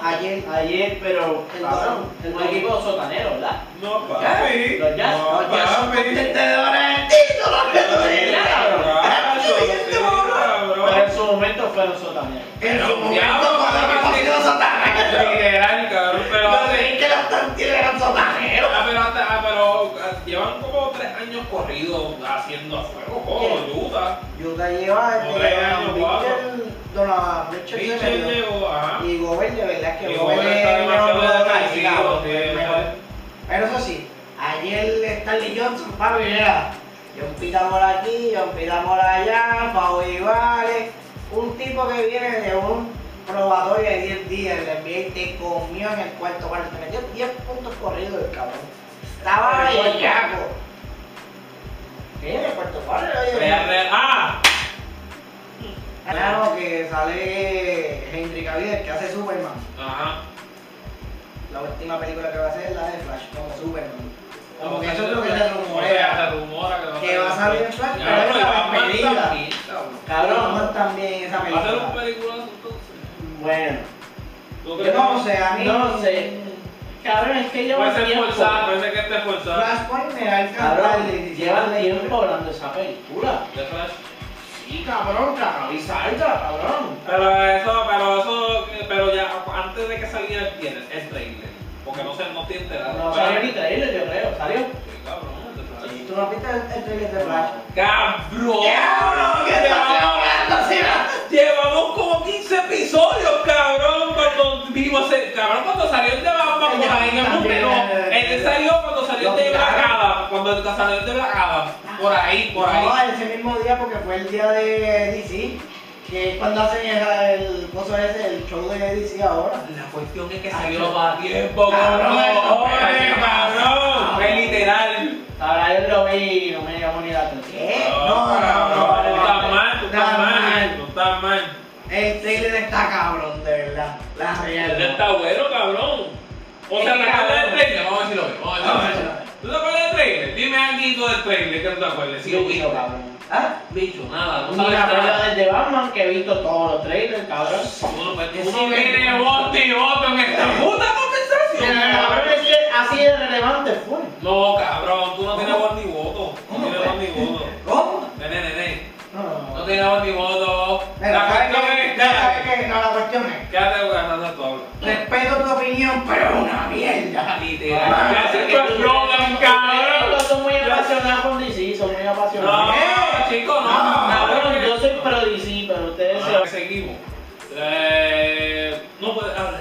Speaker 2: Ayer.
Speaker 3: ayer, pero
Speaker 2: El
Speaker 3: cabrón,
Speaker 2: domingo.
Speaker 3: un equipo sotanero, ¿verdad?
Speaker 1: No,
Speaker 2: Ya,
Speaker 1: papi.
Speaker 3: los Jazz,
Speaker 1: No,
Speaker 2: Los Jazz son
Speaker 1: papi.
Speaker 2: contendedores del título,
Speaker 3: Ya,
Speaker 2: que
Speaker 3: cabrón.
Speaker 1: Cacho,
Speaker 2: "Este
Speaker 1: sí, cabrón.
Speaker 3: Pero en su momento fueron sotaneros.
Speaker 2: En su
Speaker 1: Pero,
Speaker 2: momento,
Speaker 1: diablo,
Speaker 2: cuando
Speaker 1: cabrón,
Speaker 2: mi partido
Speaker 1: sí.
Speaker 2: sotanero.
Speaker 1: Literal, cabrón, pero
Speaker 2: Los
Speaker 1: hace-
Speaker 2: Lakers eran tan- eran sotaneros.
Speaker 1: Ah, pero, hasta- ah, pero, ah, llevan como tres años corridos haciendo a fuego,
Speaker 2: ¿Quién?
Speaker 1: como Utah.
Speaker 2: Utah lleva
Speaker 1: Como
Speaker 2: desde
Speaker 1: tres
Speaker 2: Donovan
Speaker 1: años,
Speaker 2: Mitchell, Donovan Mitchell se
Speaker 1: Mitchell
Speaker 2: metió.
Speaker 1: llegó, ajá.
Speaker 2: Y Gobert, de verdad que
Speaker 1: Y
Speaker 2: Gobert
Speaker 1: Gobert
Speaker 2: es
Speaker 1: está
Speaker 2: el mejor
Speaker 1: demasiado
Speaker 2: jugador de la
Speaker 1: defensivo,
Speaker 2: liga,
Speaker 1: sí,
Speaker 2: el
Speaker 1: sí.
Speaker 2: mejor. Pero eso sí, ayer Stanley Johnson, papi, mira, John Pitamol aquí, John Pitamol allá, Pau Ibáñez. Un tipo que viene de un probatorio de 10 días, el NBA te comió en el cuarto cuarto, te metió 10 puntos corridos el cabrón. Estaba
Speaker 1: En el cuarto.
Speaker 2: bellaco. Sí, en el cuarto cuarto. oye.
Speaker 1: Real, real. ¡Ah!
Speaker 2: Claro que sale Henry Cavill, el que hace Superman.
Speaker 1: Ajá.
Speaker 2: La última película que va a hacer es la de Flash, como Superman. Como
Speaker 1: Vamos
Speaker 2: que
Speaker 1: a
Speaker 2: eso es
Speaker 1: hacer
Speaker 2: lo que se
Speaker 1: otra-
Speaker 2: rumorea.
Speaker 1: Se rumora que va a
Speaker 2: Que va a salir en Flash,
Speaker 1: Ya,
Speaker 2: pero
Speaker 1: pero
Speaker 2: esa
Speaker 1: va a
Speaker 2: película.
Speaker 1: matar aquí, cabrón.
Speaker 2: Cabrón, no están bien esa
Speaker 1: Va a ser un
Speaker 2: película.
Speaker 1: peliculazo entonces.
Speaker 3: Bueno,
Speaker 1: ¿Tú
Speaker 2: Yo
Speaker 1: crees
Speaker 2: no
Speaker 1: que-
Speaker 2: sé, a mí.
Speaker 3: No sé. cabrón, es que
Speaker 1: Puede
Speaker 3: llevan
Speaker 1: ser
Speaker 3: tiempo.
Speaker 1: forzado, ¿eh? puede ser que esté forzado.
Speaker 2: Flashpoint me da el
Speaker 3: Cabrón,
Speaker 2: cantar.
Speaker 3: llevan tiempo hablando de esa película.
Speaker 1: Ya sabes.
Speaker 3: Sí, cabrón, cabrón, y salga, cabrón.
Speaker 1: Pero eso, pero eso, pero ya antes de que saliera el tienes el trailer. Porque no sé, no te enteras.
Speaker 3: No salió ni trailer, yo creo, salió.
Speaker 1: Cabrón, de Flash.
Speaker 2: ¿Tú no viste el el trailer de Flash?
Speaker 1: ¡Cabrón!
Speaker 2: ¡Cabrón, que te vas ahogando, sí,
Speaker 1: Llevamos como 15 episodios, cabrón, cuando vimos ese- Cabrón, cuando salió el de Batman, por ahí en el mundo, no. Él salió cuando salió el de Black Adam, cuando salió el de Black Adam, por ahí, por ahí.
Speaker 2: No, ese mismo día porque fue el día de DC. Que es cuando hacen el, el coso ese, el show de DC ahora.
Speaker 1: La cuestión es que salió a tiempo, cabrón,
Speaker 3: Cabrón,
Speaker 1: ¡Oye, cabrón, fue literal.
Speaker 3: Ahora yo lo vi y no me llamó ni la atención.
Speaker 2: ¿Qué?
Speaker 1: No,
Speaker 2: No, no, no.
Speaker 1: tú
Speaker 2: no,
Speaker 1: estás mal, tú estás
Speaker 2: Estás
Speaker 1: mal,
Speaker 2: mal.
Speaker 1: tú estás mal.
Speaker 2: El trailer está cabrón, de verdad. La
Speaker 1: Él
Speaker 2: realidad.
Speaker 1: está bueno, cabrón. O sea,
Speaker 2: Sí,
Speaker 1: ¿te acuerdas del
Speaker 2: cabrón.
Speaker 1: trailer? Vamos a ver si lo veo,
Speaker 2: Ah,
Speaker 1: vamos a ver si lo veo.
Speaker 2: Vamos a ver.
Speaker 1: ¿Tú te acuerdas del trailer? Dime algo del trailer que no te acuerdes. Si yo vi.
Speaker 3: Bicho, cabrón.
Speaker 2: ¿Ah?
Speaker 1: Bicho, nada, no
Speaker 3: Ni
Speaker 1: sabes
Speaker 3: la prueba
Speaker 1: nada.
Speaker 3: del de Batman que he visto todos los trailers, cabrón.
Speaker 1: Uno pues,
Speaker 2: Que
Speaker 1: uno
Speaker 2: sí,
Speaker 1: viene
Speaker 2: que-
Speaker 1: bote y bote en esta puta
Speaker 3: Pero,
Speaker 1: conversación.
Speaker 3: cabrón, es que así de relevante fue.
Speaker 1: No, cabrón, tú no tienes voz ni voto. No
Speaker 2: ¿Cómo
Speaker 1: tienes
Speaker 2: fue?
Speaker 1: voz ni voto.
Speaker 2: ¿Cómo?
Speaker 1: Nene, nene,
Speaker 2: No, no,
Speaker 1: no
Speaker 2: no.
Speaker 1: tienes voz ni voto.
Speaker 2: Pero
Speaker 1: La
Speaker 2: ¿sabes
Speaker 1: cuestión
Speaker 2: qué?
Speaker 1: es...
Speaker 2: ¿Sabes
Speaker 1: Quédate,
Speaker 2: qué? No, la cuestión es.
Speaker 1: quédate gastando tu habla.
Speaker 2: Respeto tu opinión, pero es una mierda.
Speaker 1: Literal.
Speaker 2: Ah,
Speaker 1: Casi
Speaker 3: Porque
Speaker 1: que
Speaker 3: tú-
Speaker 1: explotan, cabrón.
Speaker 3: Yo Soy muy
Speaker 1: Yo-
Speaker 3: apasionado con DC, soy muy
Speaker 1: No,
Speaker 3: apasionado.
Speaker 1: chico, no.
Speaker 2: No,
Speaker 3: Cabrón, yo
Speaker 1: Cabrón,
Speaker 3: soy pro DC, pero ustedes
Speaker 1: Ah,
Speaker 3: se...
Speaker 1: Seguimos. Eh, no puede hablar.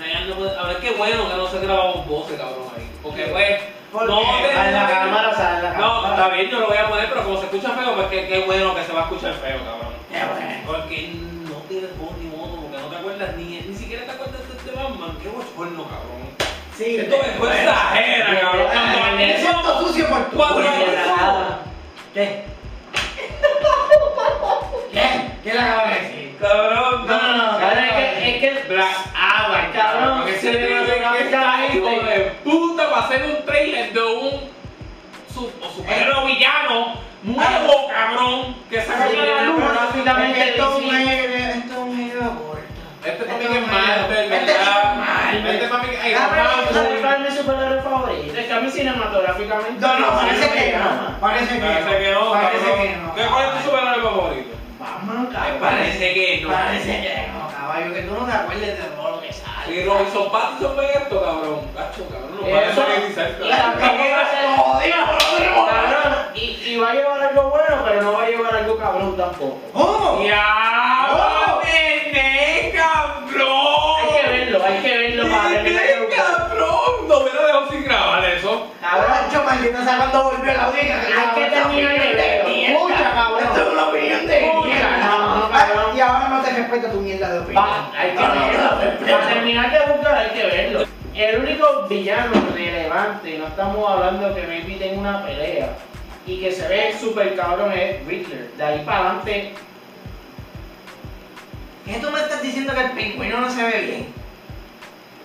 Speaker 1: Ryan no puede hablar. Qué bueno que no se grabaron voces, cabrón, ahí. Porque, pues,
Speaker 2: Porque
Speaker 1: no
Speaker 3: Sale en la cámara, sale en la
Speaker 1: No,
Speaker 3: cámara.
Speaker 1: está bien, yo lo voy a poner, pero como se escucha feo, pues qué, qué bueno que se va a escuchar feo, cabrón.
Speaker 2: Ya, bueno.
Speaker 1: Porque no tienes voz ni modo, porque no te acuerdas ni, ni siquiera te acuerdas de este Batman. Qué bochorno, cabrón.
Speaker 2: Sí.
Speaker 1: Esto me fue exagera, cabrón. Cuando
Speaker 2: Ah, Me
Speaker 1: anunció-
Speaker 2: siento sucio por tu
Speaker 1: Cuando
Speaker 2: culpa.
Speaker 1: anunció-
Speaker 2: ¿Qué? ¿Qué? ¿Qué le acabo de decir?
Speaker 1: Cabrón,
Speaker 2: No, no, no.
Speaker 3: Cabrón, es que... Es que
Speaker 1: Black
Speaker 3: Ah, cabrón,
Speaker 1: Porque
Speaker 3: que
Speaker 1: ese
Speaker 3: se le va
Speaker 1: tío
Speaker 3: a
Speaker 1: que está hijo de puta para hacer un trailer de un su, o superhéroe villano nuevo cabrón que sacó a la luz.
Speaker 3: Gráficamente
Speaker 2: Esto es un
Speaker 3: DC.
Speaker 2: héroe- esto es un héroe aborto.
Speaker 1: Este
Speaker 2: Esto
Speaker 1: también es
Speaker 2: un
Speaker 1: Marvel,
Speaker 2: héroe. Este es
Speaker 1: ¿verdad?
Speaker 2: Marvel.
Speaker 1: Este también es
Speaker 2: Ah,
Speaker 1: Iron
Speaker 2: pero-
Speaker 1: Man.
Speaker 3: ¿Sabe cuál es mi superhéroe favorito? Es que a mí cinematográficamente...
Speaker 2: No, no, parece
Speaker 3: me
Speaker 2: que
Speaker 3: llama.
Speaker 2: no. Parece que no.
Speaker 1: Parece que no,
Speaker 2: Parece que
Speaker 1: cabrón.
Speaker 2: no.
Speaker 1: ¿Qué cuál Este es tu superhéroe favorito?
Speaker 2: Batman, cabrón.
Speaker 1: Parece que no.
Speaker 2: Parece que no, caballo. Que tú no te acuerdes de todo lo que sale.
Speaker 1: Y Robinson Pattinson ve esto, cabrón. Gacho, cabrón, no
Speaker 3: Eso.
Speaker 1: parece que ni cerca.
Speaker 3: Y tampoco va a ser-
Speaker 2: ¡Jodido, Rodrigo!
Speaker 3: Cabrón, y, y va a llevar algo bueno, pero no va a llevar algo cabrón tampoco.
Speaker 2: ¿Cómo?
Speaker 1: ¡Ya!
Speaker 2: Oh.
Speaker 1: nene, cabrón!
Speaker 3: Hay que verlo, hay que verlo para
Speaker 1: ¡Nene,
Speaker 3: terminar de buscar.
Speaker 1: cabrón! No hubiera dejado sin grabar eso.
Speaker 2: Cabrón, chaval, yo no sé cuándo volvió la audiencia.
Speaker 3: Hay que terminar de verlo. Escucha, cabrón.
Speaker 2: Esto es una opinión de
Speaker 3: Escucha,
Speaker 2: mierda.
Speaker 3: no, no, cabrón.
Speaker 2: Y ahora no te respeto tu mierda de opinión.
Speaker 3: Va, hay que
Speaker 2: No, no, no, te
Speaker 3: verlo.
Speaker 2: respeto.
Speaker 3: Para terminar de buscar hay que verlo. El único villano relevante, no estamos hablando que maybe tenga una pelea, y que se ve súper cabrón es Riddler. De ahí para adelante,
Speaker 2: ¿Qué tú me estás diciendo que el pingüino no se ve bien?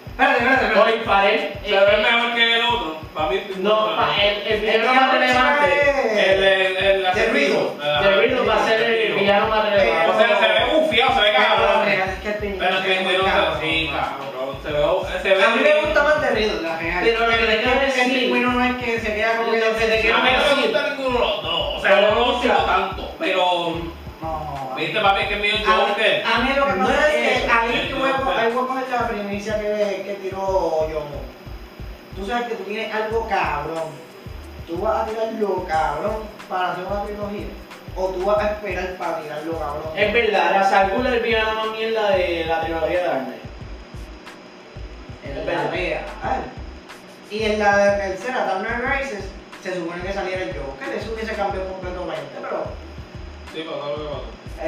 Speaker 2: Espérate, espérate, espérate.
Speaker 3: hoy para él. eh,
Speaker 1: Se ve mejor que el otro. Para mí,
Speaker 3: No, pa-
Speaker 1: eh,
Speaker 3: el, el villano más relevante.
Speaker 1: El, el, el
Speaker 2: ruido.
Speaker 3: De Riddler va a ser el villano más
Speaker 1: O
Speaker 3: relevante.
Speaker 1: sea, se ve bufiado, se ve cabrón. Pero que
Speaker 2: muy
Speaker 1: no sí, cabrón. Se ve. Se ve
Speaker 2: A mí me gusta más de Riddle, la real.
Speaker 3: Pero lo que te quiero
Speaker 2: es que el
Speaker 3: decir-
Speaker 2: pingüino no es que se queda como que
Speaker 3: Lo que te quiero
Speaker 1: A mí no me
Speaker 3: decir-
Speaker 1: gusta ninguno de los dos. O sea, no lo sigo tanto. Pero.
Speaker 2: No.
Speaker 1: ¿Viste, papi, que es mío el
Speaker 2: Ah,
Speaker 1: Joker?
Speaker 2: A, a mí lo que
Speaker 3: No
Speaker 2: pasa
Speaker 3: es
Speaker 2: es que
Speaker 3: eso.
Speaker 2: ahí tú
Speaker 1: No,
Speaker 2: voy a-
Speaker 1: pero-
Speaker 2: ahí voy a poner la primicia que, que tiró Yomo. Tú sabes que tú tienes algo cabrón. Tú vas a tirar lo cabrón para hacer una trilogía. O tú vas a esperar para tirar lo cabrón.
Speaker 3: Es verdad, la Salgula es el villano más mierda de la trilogía de Arne.
Speaker 2: en la primera. Y en la tercera, Dark Knight Rises, se se supone que saliera el Joker, eso hubiese cambiado completamente, pero
Speaker 1: Sí, pero no lo veo.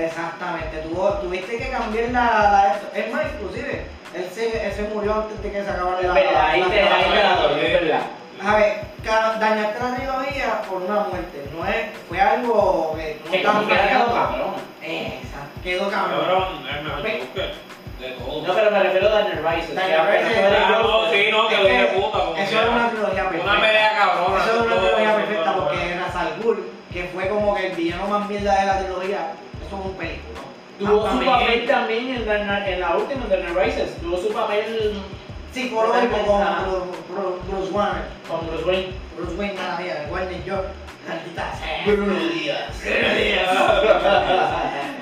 Speaker 2: exactamente, tuvo- tuviste que cambiar la, la esto. es más inclusive, él se, él se murió antes de que se acabara
Speaker 3: Es
Speaker 2: la,
Speaker 3: verdad, ahí
Speaker 2: la-
Speaker 3: te-
Speaker 2: la-
Speaker 3: ahí te la doy, es verdad.
Speaker 2: A ver, ca- dañaste la trilogía por una muerte, no es, fue algo que no
Speaker 3: Que como
Speaker 2: estaba
Speaker 3: quiera quedó
Speaker 2: planeado.
Speaker 3: cabrón.
Speaker 2: Exacto, quedó Ah, cabrón.
Speaker 1: Cabrón, es mejor
Speaker 2: Ve.
Speaker 1: Joker de todo.
Speaker 3: No, pero me refiero a Daniel Rice.
Speaker 2: Daniel Rice,
Speaker 1: Ah, no, sí, no, que
Speaker 2: Es
Speaker 1: lo dije
Speaker 2: que
Speaker 1: puta. como
Speaker 2: Eso
Speaker 1: quiera.
Speaker 2: era una trilogía perfecta.
Speaker 1: Una pelea cabrona.
Speaker 2: Eso es una
Speaker 1: todo,
Speaker 2: trilogía
Speaker 1: todo,
Speaker 2: perfecta
Speaker 1: todo,
Speaker 2: porque
Speaker 1: todo.
Speaker 2: era Sal Ghul, que fue como que el villano más mierda de la trilogía. Eso es un película.
Speaker 3: Tuvo su
Speaker 1: También.
Speaker 3: papel Ah, también en la, en la última de Daniel Rises. Tuvo su papel
Speaker 2: Psicológico con
Speaker 3: Ajá.
Speaker 2: Bru- Bru- Bruce Banner.
Speaker 3: con Bruce Wayne.
Speaker 2: Bruce Wayne nada vida, igual ni yo. Maldita sea.
Speaker 3: Bruce *laughs* Díaz.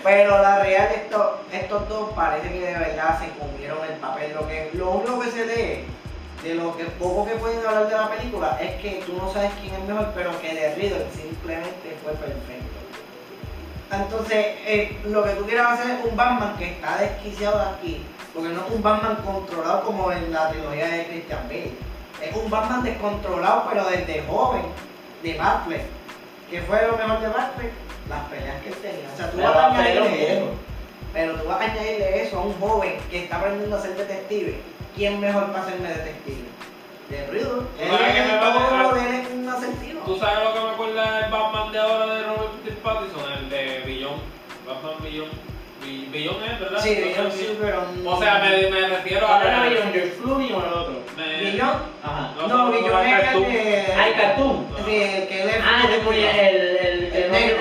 Speaker 2: Pero la real, esto, estos dos parece que de verdad se cumplieron el papel. Lo, que, lo único que se lee, de lo que poco que pueden hablar de la película, es que tú no sabes quién es mejor, pero que de Riddle simplemente fue perfecto. Entonces, eh, lo que tú quieras hacer es un Batman que está desquiciado de aquí, porque no es un Batman controlado como en la trilogía de Christian Bale. Es un Batman descontrolado, pero desde joven, de Batman. que fue lo mejor de Batman? Las peleas que él tenía. O sea, tú
Speaker 3: Pero
Speaker 2: vas a
Speaker 3: la pelea
Speaker 2: añadirle
Speaker 3: era
Speaker 2: eso.
Speaker 3: un
Speaker 2: Pero tú vas a añadirle eso a un joven que está aprendiendo a ser detective. ¿Quién mejor para serme detective? De Riddle. Él
Speaker 1: sabes que
Speaker 2: es
Speaker 1: me va a
Speaker 2: todo
Speaker 1: dejar-
Speaker 2: él es un asesino.
Speaker 1: ¿Tú sabes lo que me acuerda el Batman de ahora de Robert T. Pattinson? El de Billón. Batman Billón. Bi- Billón es, ¿verdad?
Speaker 2: Sí,
Speaker 1: Entonces,
Speaker 2: Billon sí, pero...
Speaker 1: O sea, me, me refiero a...
Speaker 3: Ahora no había un George Clooney o el otro.
Speaker 1: me-
Speaker 2: Billon
Speaker 3: Ajá.
Speaker 1: No,
Speaker 2: No,
Speaker 1: no,
Speaker 2: Billon
Speaker 1: no,
Speaker 2: es el
Speaker 1: cartoon.
Speaker 2: de...
Speaker 3: Ah, el cartoon.
Speaker 2: Sí, el que él es...
Speaker 3: Ah, el de el, el, el,
Speaker 2: El negro.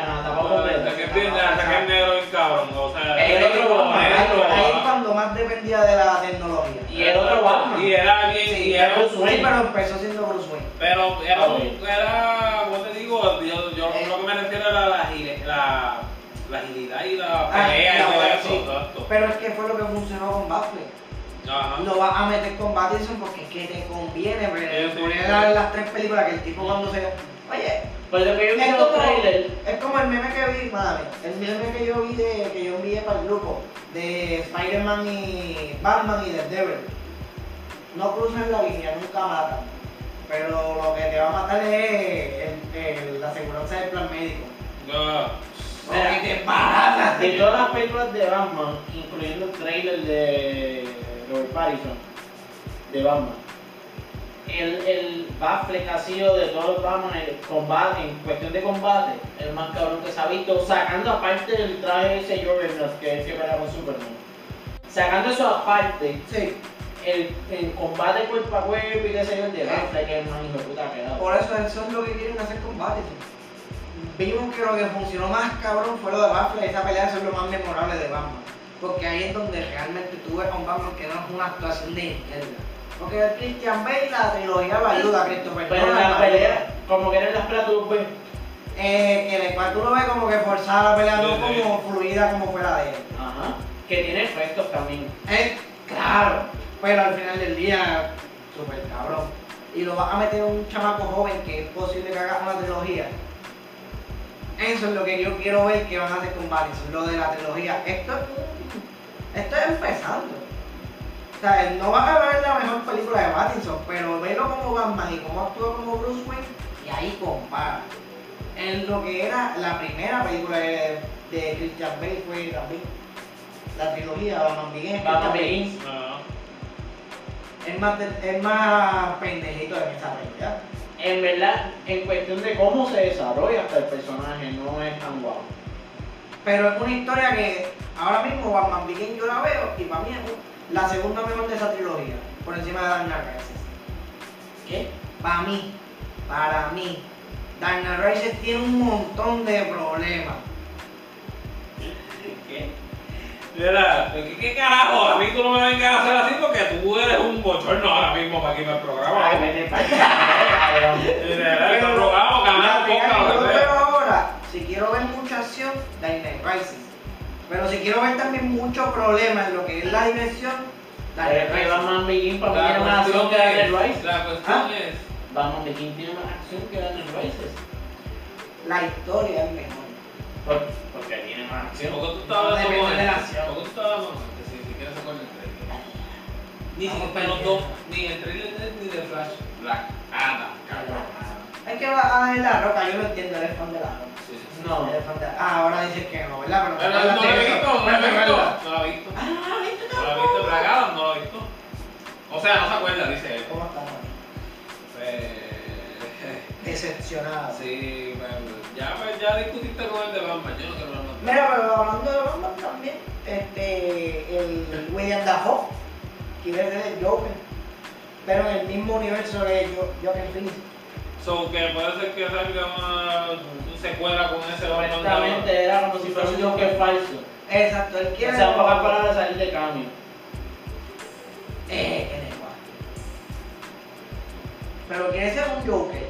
Speaker 3: Ah, tampoco
Speaker 1: No,
Speaker 3: completo.
Speaker 1: hasta que empieza, hasta que es negro y cabrón. O sea,
Speaker 3: El otro Batman,
Speaker 1: el
Speaker 2: Ahí
Speaker 1: otro
Speaker 2: ahí es
Speaker 1: Batman.
Speaker 2: cuando más dependía de la tecnología.
Speaker 3: Y el otro Batman.
Speaker 1: Y era bien,
Speaker 2: Sí,
Speaker 1: y era
Speaker 3: Bruce
Speaker 2: Sí,
Speaker 3: Wayne.
Speaker 2: pero empezó siendo Bruce Wayne.
Speaker 1: Pero era,
Speaker 3: Ok.
Speaker 1: un- era ¿cómo te digo? Yo, yo lo que me refiero era la, agile- la, la agilidad y la
Speaker 2: Ah,
Speaker 1: pelea y
Speaker 2: la
Speaker 1: todo
Speaker 2: pelea,
Speaker 1: eso.
Speaker 2: sí.
Speaker 1: exacto.
Speaker 2: Pero es que fue lo que funcionó con Batman.
Speaker 1: Ajá.
Speaker 2: lo vas a meter con Pattinson porque es que te conviene, pero
Speaker 1: Sí, sí.
Speaker 2: poner a las tres películas que el tipo cuando se. Oye,
Speaker 3: Pues lo que yo vi en
Speaker 2: es
Speaker 3: los
Speaker 2: como,
Speaker 3: trailers.
Speaker 2: es como el meme que vi, madre, el meme que yo vi de, que yo envié para el grupo de Spider-Man y Batman y Devil. No cruzan la línea, nunca matan. Pero lo que te va a matar es el- el- la aseguranza del plan médico.
Speaker 1: Ya.
Speaker 2: Porque te barata.
Speaker 3: De todas las películas de Batman, incluyendo el trailer de Robert Pattinson, de Batman, el, el Batfleck ha sido de todos los Batman el combate, en cuestión de combate, el más cabrón que se ha visto, sacando aparte del traje de ese Juggernaut que es el que pelea con Superman. Sacando eso aparte,
Speaker 2: Sí,
Speaker 3: el, el combate cuerpo a cuerpo y qué sé yo, el de Batfleck es el más hijo de puta que da.
Speaker 2: por eso eso es lo que quieren hacer con Pattinson. vimos que lo que funcionó más cabrón fue lo de Batman. Esa pelea eso es lo más memorable de Batman. Porque ahí es donde realmente tuve con Batman que no es una actuación de izquierda. Porque el Christian Bale, la trilogía lo ayuda a Christopher
Speaker 3: Pero
Speaker 2: Nolan,
Speaker 3: la
Speaker 2: lo
Speaker 3: pelea, como que era en las pues, peleas, tú ves,
Speaker 2: ayuda. Eh, que el cual tú lo ves como que forzada la pelea, no
Speaker 1: Sí, sí.
Speaker 2: como fluida como fuera de él.
Speaker 3: ajá, que tiene efectos también.
Speaker 2: Eh, claro, pero al final del día, súper cabrón. Y lo vas a meter a un chamaco joven que es posible que haga una trilogía. Eso es lo que yo quiero ver que van a hacer con Pattinson, lo de la trilogía. Esto, es- esto es empezando. O sea, él no va a ver la mejor película de Pattinson, pero verlo como Batman y cómo actúa como Bruce Wayne, y ahí compara. En lo que era la primera película de, de Christian Bale fue también la trilogía Batman Begins.
Speaker 3: Batman
Speaker 2: Christian Bale.
Speaker 3: Begins.
Speaker 1: Ajá.
Speaker 2: Es más, de- es más pendejito en esa película.
Speaker 3: En verdad, en cuestión de cómo se desarrolla hasta el personaje, no es tan guapo.
Speaker 2: Pero es una historia que ahora mismo Batman Begins yo la veo y para mí es un- la segunda mejor de esa trilogía, por encima de Dark Knight Rises.
Speaker 3: ¿Qué?
Speaker 2: Para mí, para mí, Dark Knight Rises tiene un montón de problemas.
Speaker 3: ¿Qué?
Speaker 1: Mira, ¿qué, qué carajo? A mí tú no me vengas a hacer así porque tú eres un bochorno ahora mismo para aquí para el programa.
Speaker 3: Ay, vete pa' allá, cabrón. *laughs*
Speaker 1: Mira, el programa,
Speaker 2: La
Speaker 1: canal,
Speaker 2: realidad
Speaker 1: Ah, poca,
Speaker 2: es
Speaker 1: lo
Speaker 2: que yo
Speaker 1: que
Speaker 2: veo
Speaker 1: sea.
Speaker 2: ahora, si quiero ver mucha acción, Dark Knight Rises. Pero si quiero ver también mucho problema en lo que es la diversión, Dark
Speaker 3: Pero es que
Speaker 2: Knight Rises.
Speaker 3: Batman Begins para mí
Speaker 1: La
Speaker 3: tiene más acción
Speaker 1: cuestión
Speaker 3: que Daniel
Speaker 1: es,
Speaker 3: Rice.
Speaker 1: la cuestión
Speaker 2: ¿Ah?
Speaker 1: es,
Speaker 3: Batman Begins tiene más acción que Daniel Rice.
Speaker 2: La historia es mejor.
Speaker 3: Por- Porque tiene más acción.
Speaker 1: ¿por qué tú estás hablando
Speaker 2: Depende
Speaker 1: con
Speaker 2: de la
Speaker 1: él?
Speaker 2: acción.
Speaker 1: ¿Por qué tú estás hablando con él? Si si quieres sacar el trailer. Ni
Speaker 2: Vamos
Speaker 1: siquiera los
Speaker 2: con
Speaker 1: dos,
Speaker 2: él.
Speaker 1: ni el trailer de- ni de Flash Black. Ah,
Speaker 2: Es que va a ver la roca, yo lo entiendo, eres fan de la roca.
Speaker 3: No.
Speaker 2: Eres fan de la- Ah, ahora dices que no, ¿verdad? Pero
Speaker 1: Pero no lo he visto, no lo he visto. No lo he visto.
Speaker 2: Ah, no lo he visto
Speaker 1: No lo he
Speaker 2: tampoco.
Speaker 1: visto. Dragados no lo he visto. O sea, no se acuerda, dice él.
Speaker 2: ¿Cómo estás?
Speaker 1: Pues,
Speaker 2: Decepcionado.
Speaker 1: *laughs* sí, pues, ya, pues, ya discutiste con el de Batman, yo no quiero hablar más.
Speaker 2: Mira, pero hablando de Batman también, este, el William Dafoe quiere ser el Joker, pero en el mismo universo que Jo- Joker Phoenix.
Speaker 1: So, que puede ser que salga una un secuela con ese Batman. de ahora.
Speaker 3: Honestamente, era como si fuera un Joker falso.
Speaker 2: Exacto, él
Speaker 3: O
Speaker 2: quiere.
Speaker 3: sea, pocas palabras salir de cambio.
Speaker 2: Eh, que da igual. Pero quiere ser un Joker.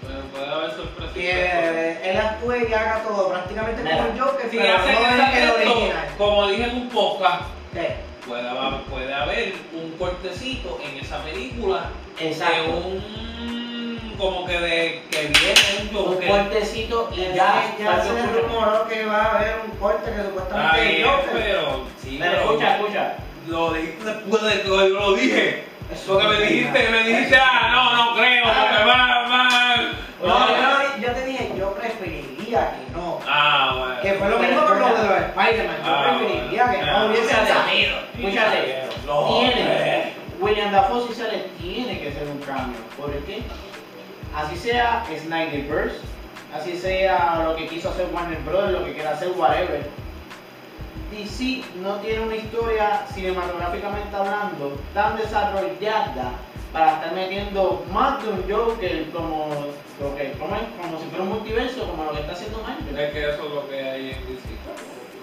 Speaker 1: Pues, puede haber sorpresitas.
Speaker 2: Que él actúe y haga todo prácticamente
Speaker 3: Mira,
Speaker 2: como un Joker,
Speaker 1: Si
Speaker 2: pero
Speaker 1: hacen
Speaker 2: no es el
Speaker 1: esa
Speaker 2: original. Eh,
Speaker 1: como dije en un podcast,
Speaker 2: ¿Qué?
Speaker 1: puede, haber- puede haber un cortecito en esa película de
Speaker 3: Exacto.
Speaker 1: un como que de que viene un
Speaker 3: Un
Speaker 1: Joker.
Speaker 3: cortecito y
Speaker 2: Ya,
Speaker 3: ya.
Speaker 2: ya
Speaker 3: falso
Speaker 2: se
Speaker 3: ocurre.
Speaker 2: rumoró que va a haber un corte que
Speaker 1: Está
Speaker 2: supuestamente
Speaker 1: bien,
Speaker 2: es Joker.
Speaker 1: pero sí,
Speaker 3: Pero
Speaker 1: pero-
Speaker 3: escucha, escucha.
Speaker 1: Lo dijiste después de que yo lo dije. Eso que me dijiste, me dijiste, ah, no, no creo, porque va, va.
Speaker 2: No,
Speaker 1: No,
Speaker 2: yo, yo te dije, yo preferiría que no.
Speaker 1: Ah,
Speaker 2: Que
Speaker 1: bueno.
Speaker 2: fue lo mismo con lo eh. de los Spider-Man. Yo
Speaker 1: Ah,
Speaker 2: preferiría que
Speaker 1: ah,
Speaker 2: no hubiese
Speaker 3: escúchate.
Speaker 2: salido.
Speaker 3: Escúchate.
Speaker 1: No,
Speaker 3: Tiene.
Speaker 1: eh.
Speaker 3: William Dafoe si sale, tiene que ser un cambio. Porque así sea Snyderverse, así sea lo que quiso hacer Warner Bros., lo que quiera hacer whatever. DC no tiene una historia cinematográficamente hablando tan desarrollada para estar metiendo más de un Joker como lo que como, como si fuera un multiverso como lo que está haciendo Marvel.
Speaker 1: Es que eso es lo que hay en DC.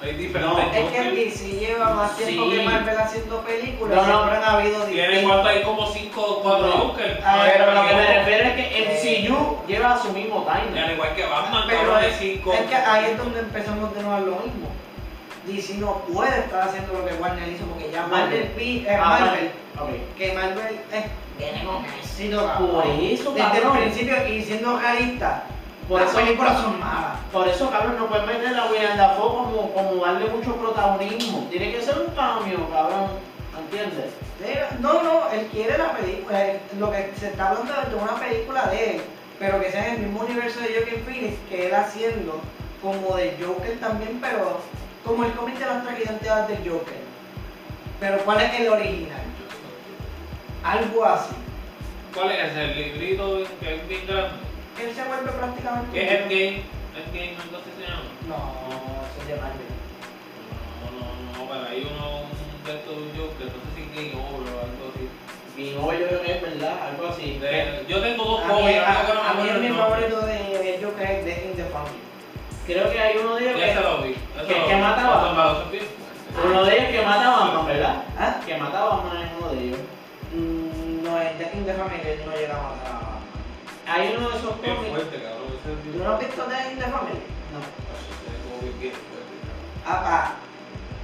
Speaker 1: Hay
Speaker 3: No,
Speaker 1: diferentes
Speaker 2: Es que el
Speaker 1: Jokers.
Speaker 2: DC lleva más tiempo
Speaker 3: Sí.
Speaker 2: que Marvel haciendo películas.
Speaker 3: No, no.
Speaker 2: Siempre han habido
Speaker 1: Tienen
Speaker 2: distintos.
Speaker 1: cuánto hay como 5 o 4
Speaker 3: No.
Speaker 1: Jokers.
Speaker 2: Ah,
Speaker 3: Pero lo que
Speaker 1: Al
Speaker 3: me
Speaker 1: igual-
Speaker 3: refiero es que MCU lleva su mismo
Speaker 1: y
Speaker 3: timeline.
Speaker 1: Al igual que Batman,
Speaker 2: Pero
Speaker 1: cabrón, hay
Speaker 2: es-
Speaker 1: 5.
Speaker 2: Es que ahí es donde empezamos de nuevo a lo mismo. DC no puede estar haciendo lo que Warner hizo porque ya Marvel, vi- eh,
Speaker 3: Ah,
Speaker 2: Marvel
Speaker 3: ok.
Speaker 2: que Marvel eh, viene con éxito,
Speaker 3: Por
Speaker 2: cabrón.
Speaker 3: eso,
Speaker 2: Desde el
Speaker 3: cabrón.
Speaker 2: principio Ah, pues, y siendo realista,
Speaker 3: Por
Speaker 2: las
Speaker 3: eso,
Speaker 2: películas son malas.
Speaker 3: por eso, cabrón, no puedes meter a William Dafoe como, como darle mucho protagonismo. Tiene que ser un cambio, cabrón. ¿Entiendes?
Speaker 2: Era- No, no, él quiere la película. él- Lo que se está hablando es de una película de él, pero que sea en el mismo universo de Joker Phoenix que él haciendo, como de Joker también, pero como el cómic de las tres identidades del Joker. Pero ¿cuál es el original? Algo así.
Speaker 1: ¿Cuál es el librito que hay bien grande?
Speaker 2: Él se vuelve prácticamente.
Speaker 1: ¿Qué es Endgame? ¿Endgame algo así se llama?
Speaker 2: No, eso es de Marvel.
Speaker 1: No, no, no, pero hay uno un texto de un Joker, no sé si Game Over o algo así.
Speaker 3: Y no, yo creo que es verdad, algo así.
Speaker 1: De- yo tengo dos
Speaker 2: A mí,
Speaker 1: cómics,
Speaker 2: a-
Speaker 1: algo oh, que no me
Speaker 2: a
Speaker 1: acuerdo
Speaker 2: mí es
Speaker 1: el
Speaker 2: mi
Speaker 1: nombre.
Speaker 2: favorito de de Joker es Death in the Family.
Speaker 3: Creo que hay uno de ellos
Speaker 1: Ya se
Speaker 3: que,
Speaker 1: lo vi.
Speaker 3: que- que mataba. uno de ellos que mata a Batman, ¿verdad?
Speaker 2: ¿Ah?
Speaker 3: Que mata a Batman es uno de ellos.
Speaker 2: Mm, No, es Death in the Family que no llegamos a.
Speaker 3: Hay uno de esos
Speaker 1: Qué
Speaker 3: cómics.
Speaker 1: fuerte, cabrón. ese
Speaker 2: ¿Tú
Speaker 1: tipo-
Speaker 2: no has visto Death in the Family?
Speaker 3: No.
Speaker 1: Ese cómic bien fuerte,
Speaker 2: Apa,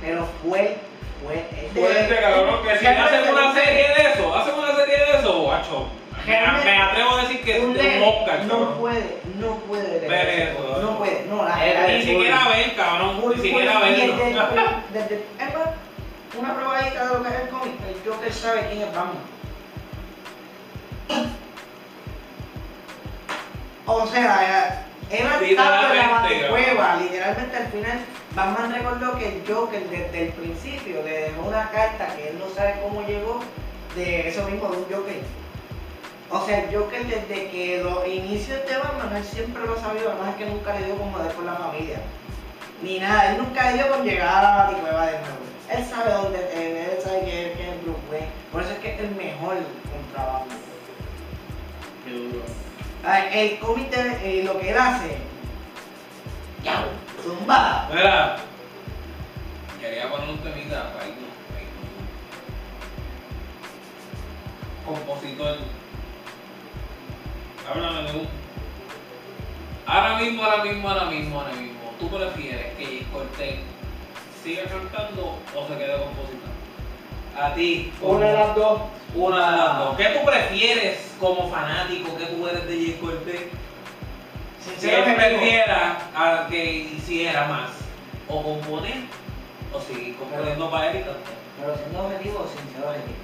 Speaker 2: pero fue, fue, este es de-
Speaker 1: cabrón. Fuerte, este cabrón, que si
Speaker 2: Siempre
Speaker 1: hacen
Speaker 2: se
Speaker 1: una
Speaker 2: dice
Speaker 1: serie de eso, hacen una serie de eso, guacho. Me,
Speaker 2: Realmente,
Speaker 1: me atrevo a decir que es
Speaker 2: un
Speaker 1: un
Speaker 2: nene
Speaker 1: Oscar,
Speaker 2: no
Speaker 1: cabrón.
Speaker 2: puede, no puede ver
Speaker 1: Ver
Speaker 2: eso,
Speaker 1: eso,
Speaker 2: no
Speaker 1: eso.
Speaker 2: puede, no, la
Speaker 3: Era
Speaker 2: la-
Speaker 1: Ni siquiera ver, cabrón,
Speaker 2: full,
Speaker 1: ni
Speaker 2: full,
Speaker 1: siquiera
Speaker 2: y desde-
Speaker 1: *laughs* verlo.
Speaker 2: desde- desde- es más, una probadita de lo que es el cómic, el Joker sabe quién es Batman. O sea, era el estado de la
Speaker 1: Literalmente,
Speaker 2: cueva, literalmente al final Batman recordó que el Joker desde el principio le dejó una carta que él no sabe cómo llegó de eso mismo, de un Joker. O sea, el Joker desde que los inicios de Batman, él siempre lo ha sabido, además es que nunca le dio con joder con la familia. Ni nada, él nunca le dio con llegar a la baticueva de nuevo. Él sabe dónde es él, él sabe que es, que es Bruce Wayne. Por eso es que es el mejor contra Batman.
Speaker 3: Qué duro.
Speaker 2: Ay, Ah, El cómic, de- eh, lo que él hace, ya, zumba.
Speaker 1: Mira, quería poner un temita para irnos. para irnos. Compositor. Háblame de un. Ahora mismo, ahora mismo, ahora mismo, ahora mismo. ¿Tú prefieres que Jay Cortez siga cantando o se quede compositando? A ti.
Speaker 3: Una de las dos.
Speaker 1: Una de las dos. ¿Qué tú prefieres como fanático que tú eres de Jay Cortez? Si él
Speaker 2: que digo,
Speaker 1: prefiera a que hiciera más, o componer, o seguir componiendo para él y cantar.
Speaker 2: Pero siendo objetivo, sincero, objetivo.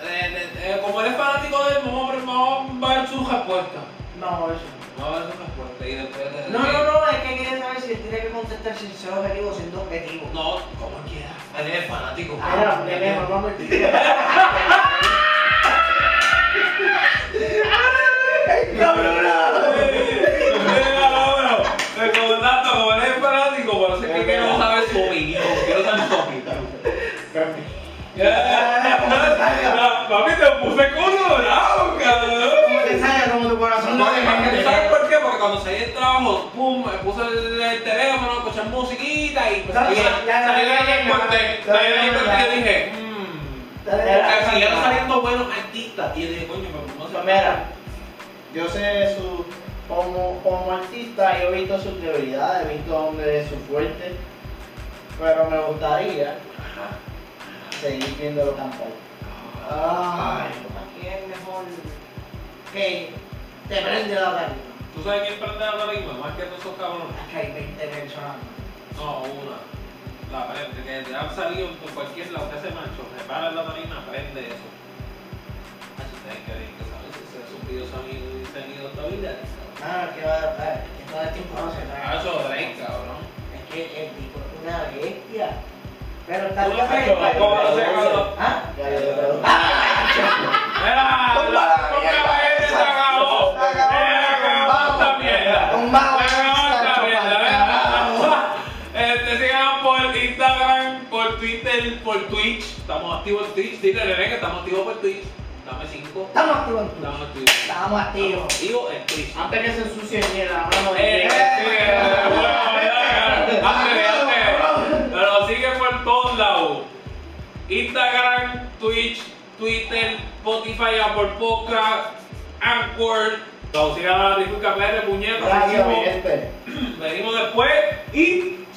Speaker 1: eh, eh, como eres fanático del hombre, vamos a ver su respuesta.
Speaker 2: No, eso.
Speaker 1: Vamos a ver su respuesta y después de-
Speaker 2: No, no, no, es que quería saber si tiene que contestar sin ser objetivo o siendo objetivo.
Speaker 1: No, como quiera. Él es fanático.
Speaker 3: Ahora,
Speaker 1: *laughs*
Speaker 3: tenemos, vamos.
Speaker 1: Como tanto, como él es fanático, por eso es que quiero saber su opinión. Quiero saber su opinión. No, Papi, te puse colorado,
Speaker 4: ¿Cómo
Speaker 1: cabrón.
Speaker 4: te sale como tu corazón?
Speaker 1: No, ¿tú
Speaker 4: No,
Speaker 1: ¿Sabes por qué? Porque cuando salí del trabajo, pum, me puse el, el teléfono, escuché musiquita y pues,
Speaker 2: Ya,
Speaker 1: salí
Speaker 2: ya, ya,
Speaker 1: salí de
Speaker 2: ya,
Speaker 1: ahí
Speaker 2: ya,
Speaker 1: en
Speaker 2: ya,
Speaker 1: corte.
Speaker 2: ya,
Speaker 1: Salí de ahí en
Speaker 2: ya,
Speaker 1: corte y
Speaker 2: ya.
Speaker 1: yo dije, mmm.
Speaker 2: Dale,
Speaker 1: Siguieron saliendo buenos artistas. Y yo dije, coño, pero no se me
Speaker 3: Mira, yo sé su, como, como artista, yo he visto sus debilidades, he visto donde es su fuerte, pero me gustaría seguir viéndolo tan poco.
Speaker 2: Ay, Ah, aquí es mejor que te prende la tarima.
Speaker 1: ¿Tú sabes quién prende la tarima? Más que todos esos cabrones.
Speaker 2: Aquí hay 20 personas.
Speaker 1: No, una. La prende, que te han salido por cualquier lado que hace macho, repara la tarima, prende eso. Así ustedes que bien que saben si se subió sonido y sonido todavía.
Speaker 2: Ah, que va a dar, que todo el tiempo no se trae.
Speaker 1: Macho, Drake, cabrón.
Speaker 2: Es que el tipo es una bestia. Pero está
Speaker 1: Tú no sabes
Speaker 2: bien.
Speaker 1: cómo lo sé, cabrón.
Speaker 2: ¿Ah?
Speaker 3: Ya yo te pregunto.
Speaker 1: ¡Era! ¡Nunca eres acabó! ¡Acabó esta mierda! Este sigan por Instagram, por Twitter, por Twitch. Estamos activos en Twitch. Dile, René, que estamos activos por Twitch. Dame 5.
Speaker 2: Estamos activos en Twitch.
Speaker 1: Estamos en Twitch.
Speaker 2: Estamos activos.
Speaker 1: Estamos activos en Twitch.
Speaker 3: Antes que se ensucie ni la mano de
Speaker 1: Eh, sí, eh, bueno, eh, hazle, hazle. Pero sigue por todos lados. Instagram, Twitch, Twitter, Spotify, Apple Podcast, Anchor. Nos sigan a la República PR, puñetas.
Speaker 3: Gracias, mi
Speaker 1: Venimos-
Speaker 3: gente.
Speaker 1: Venimos después y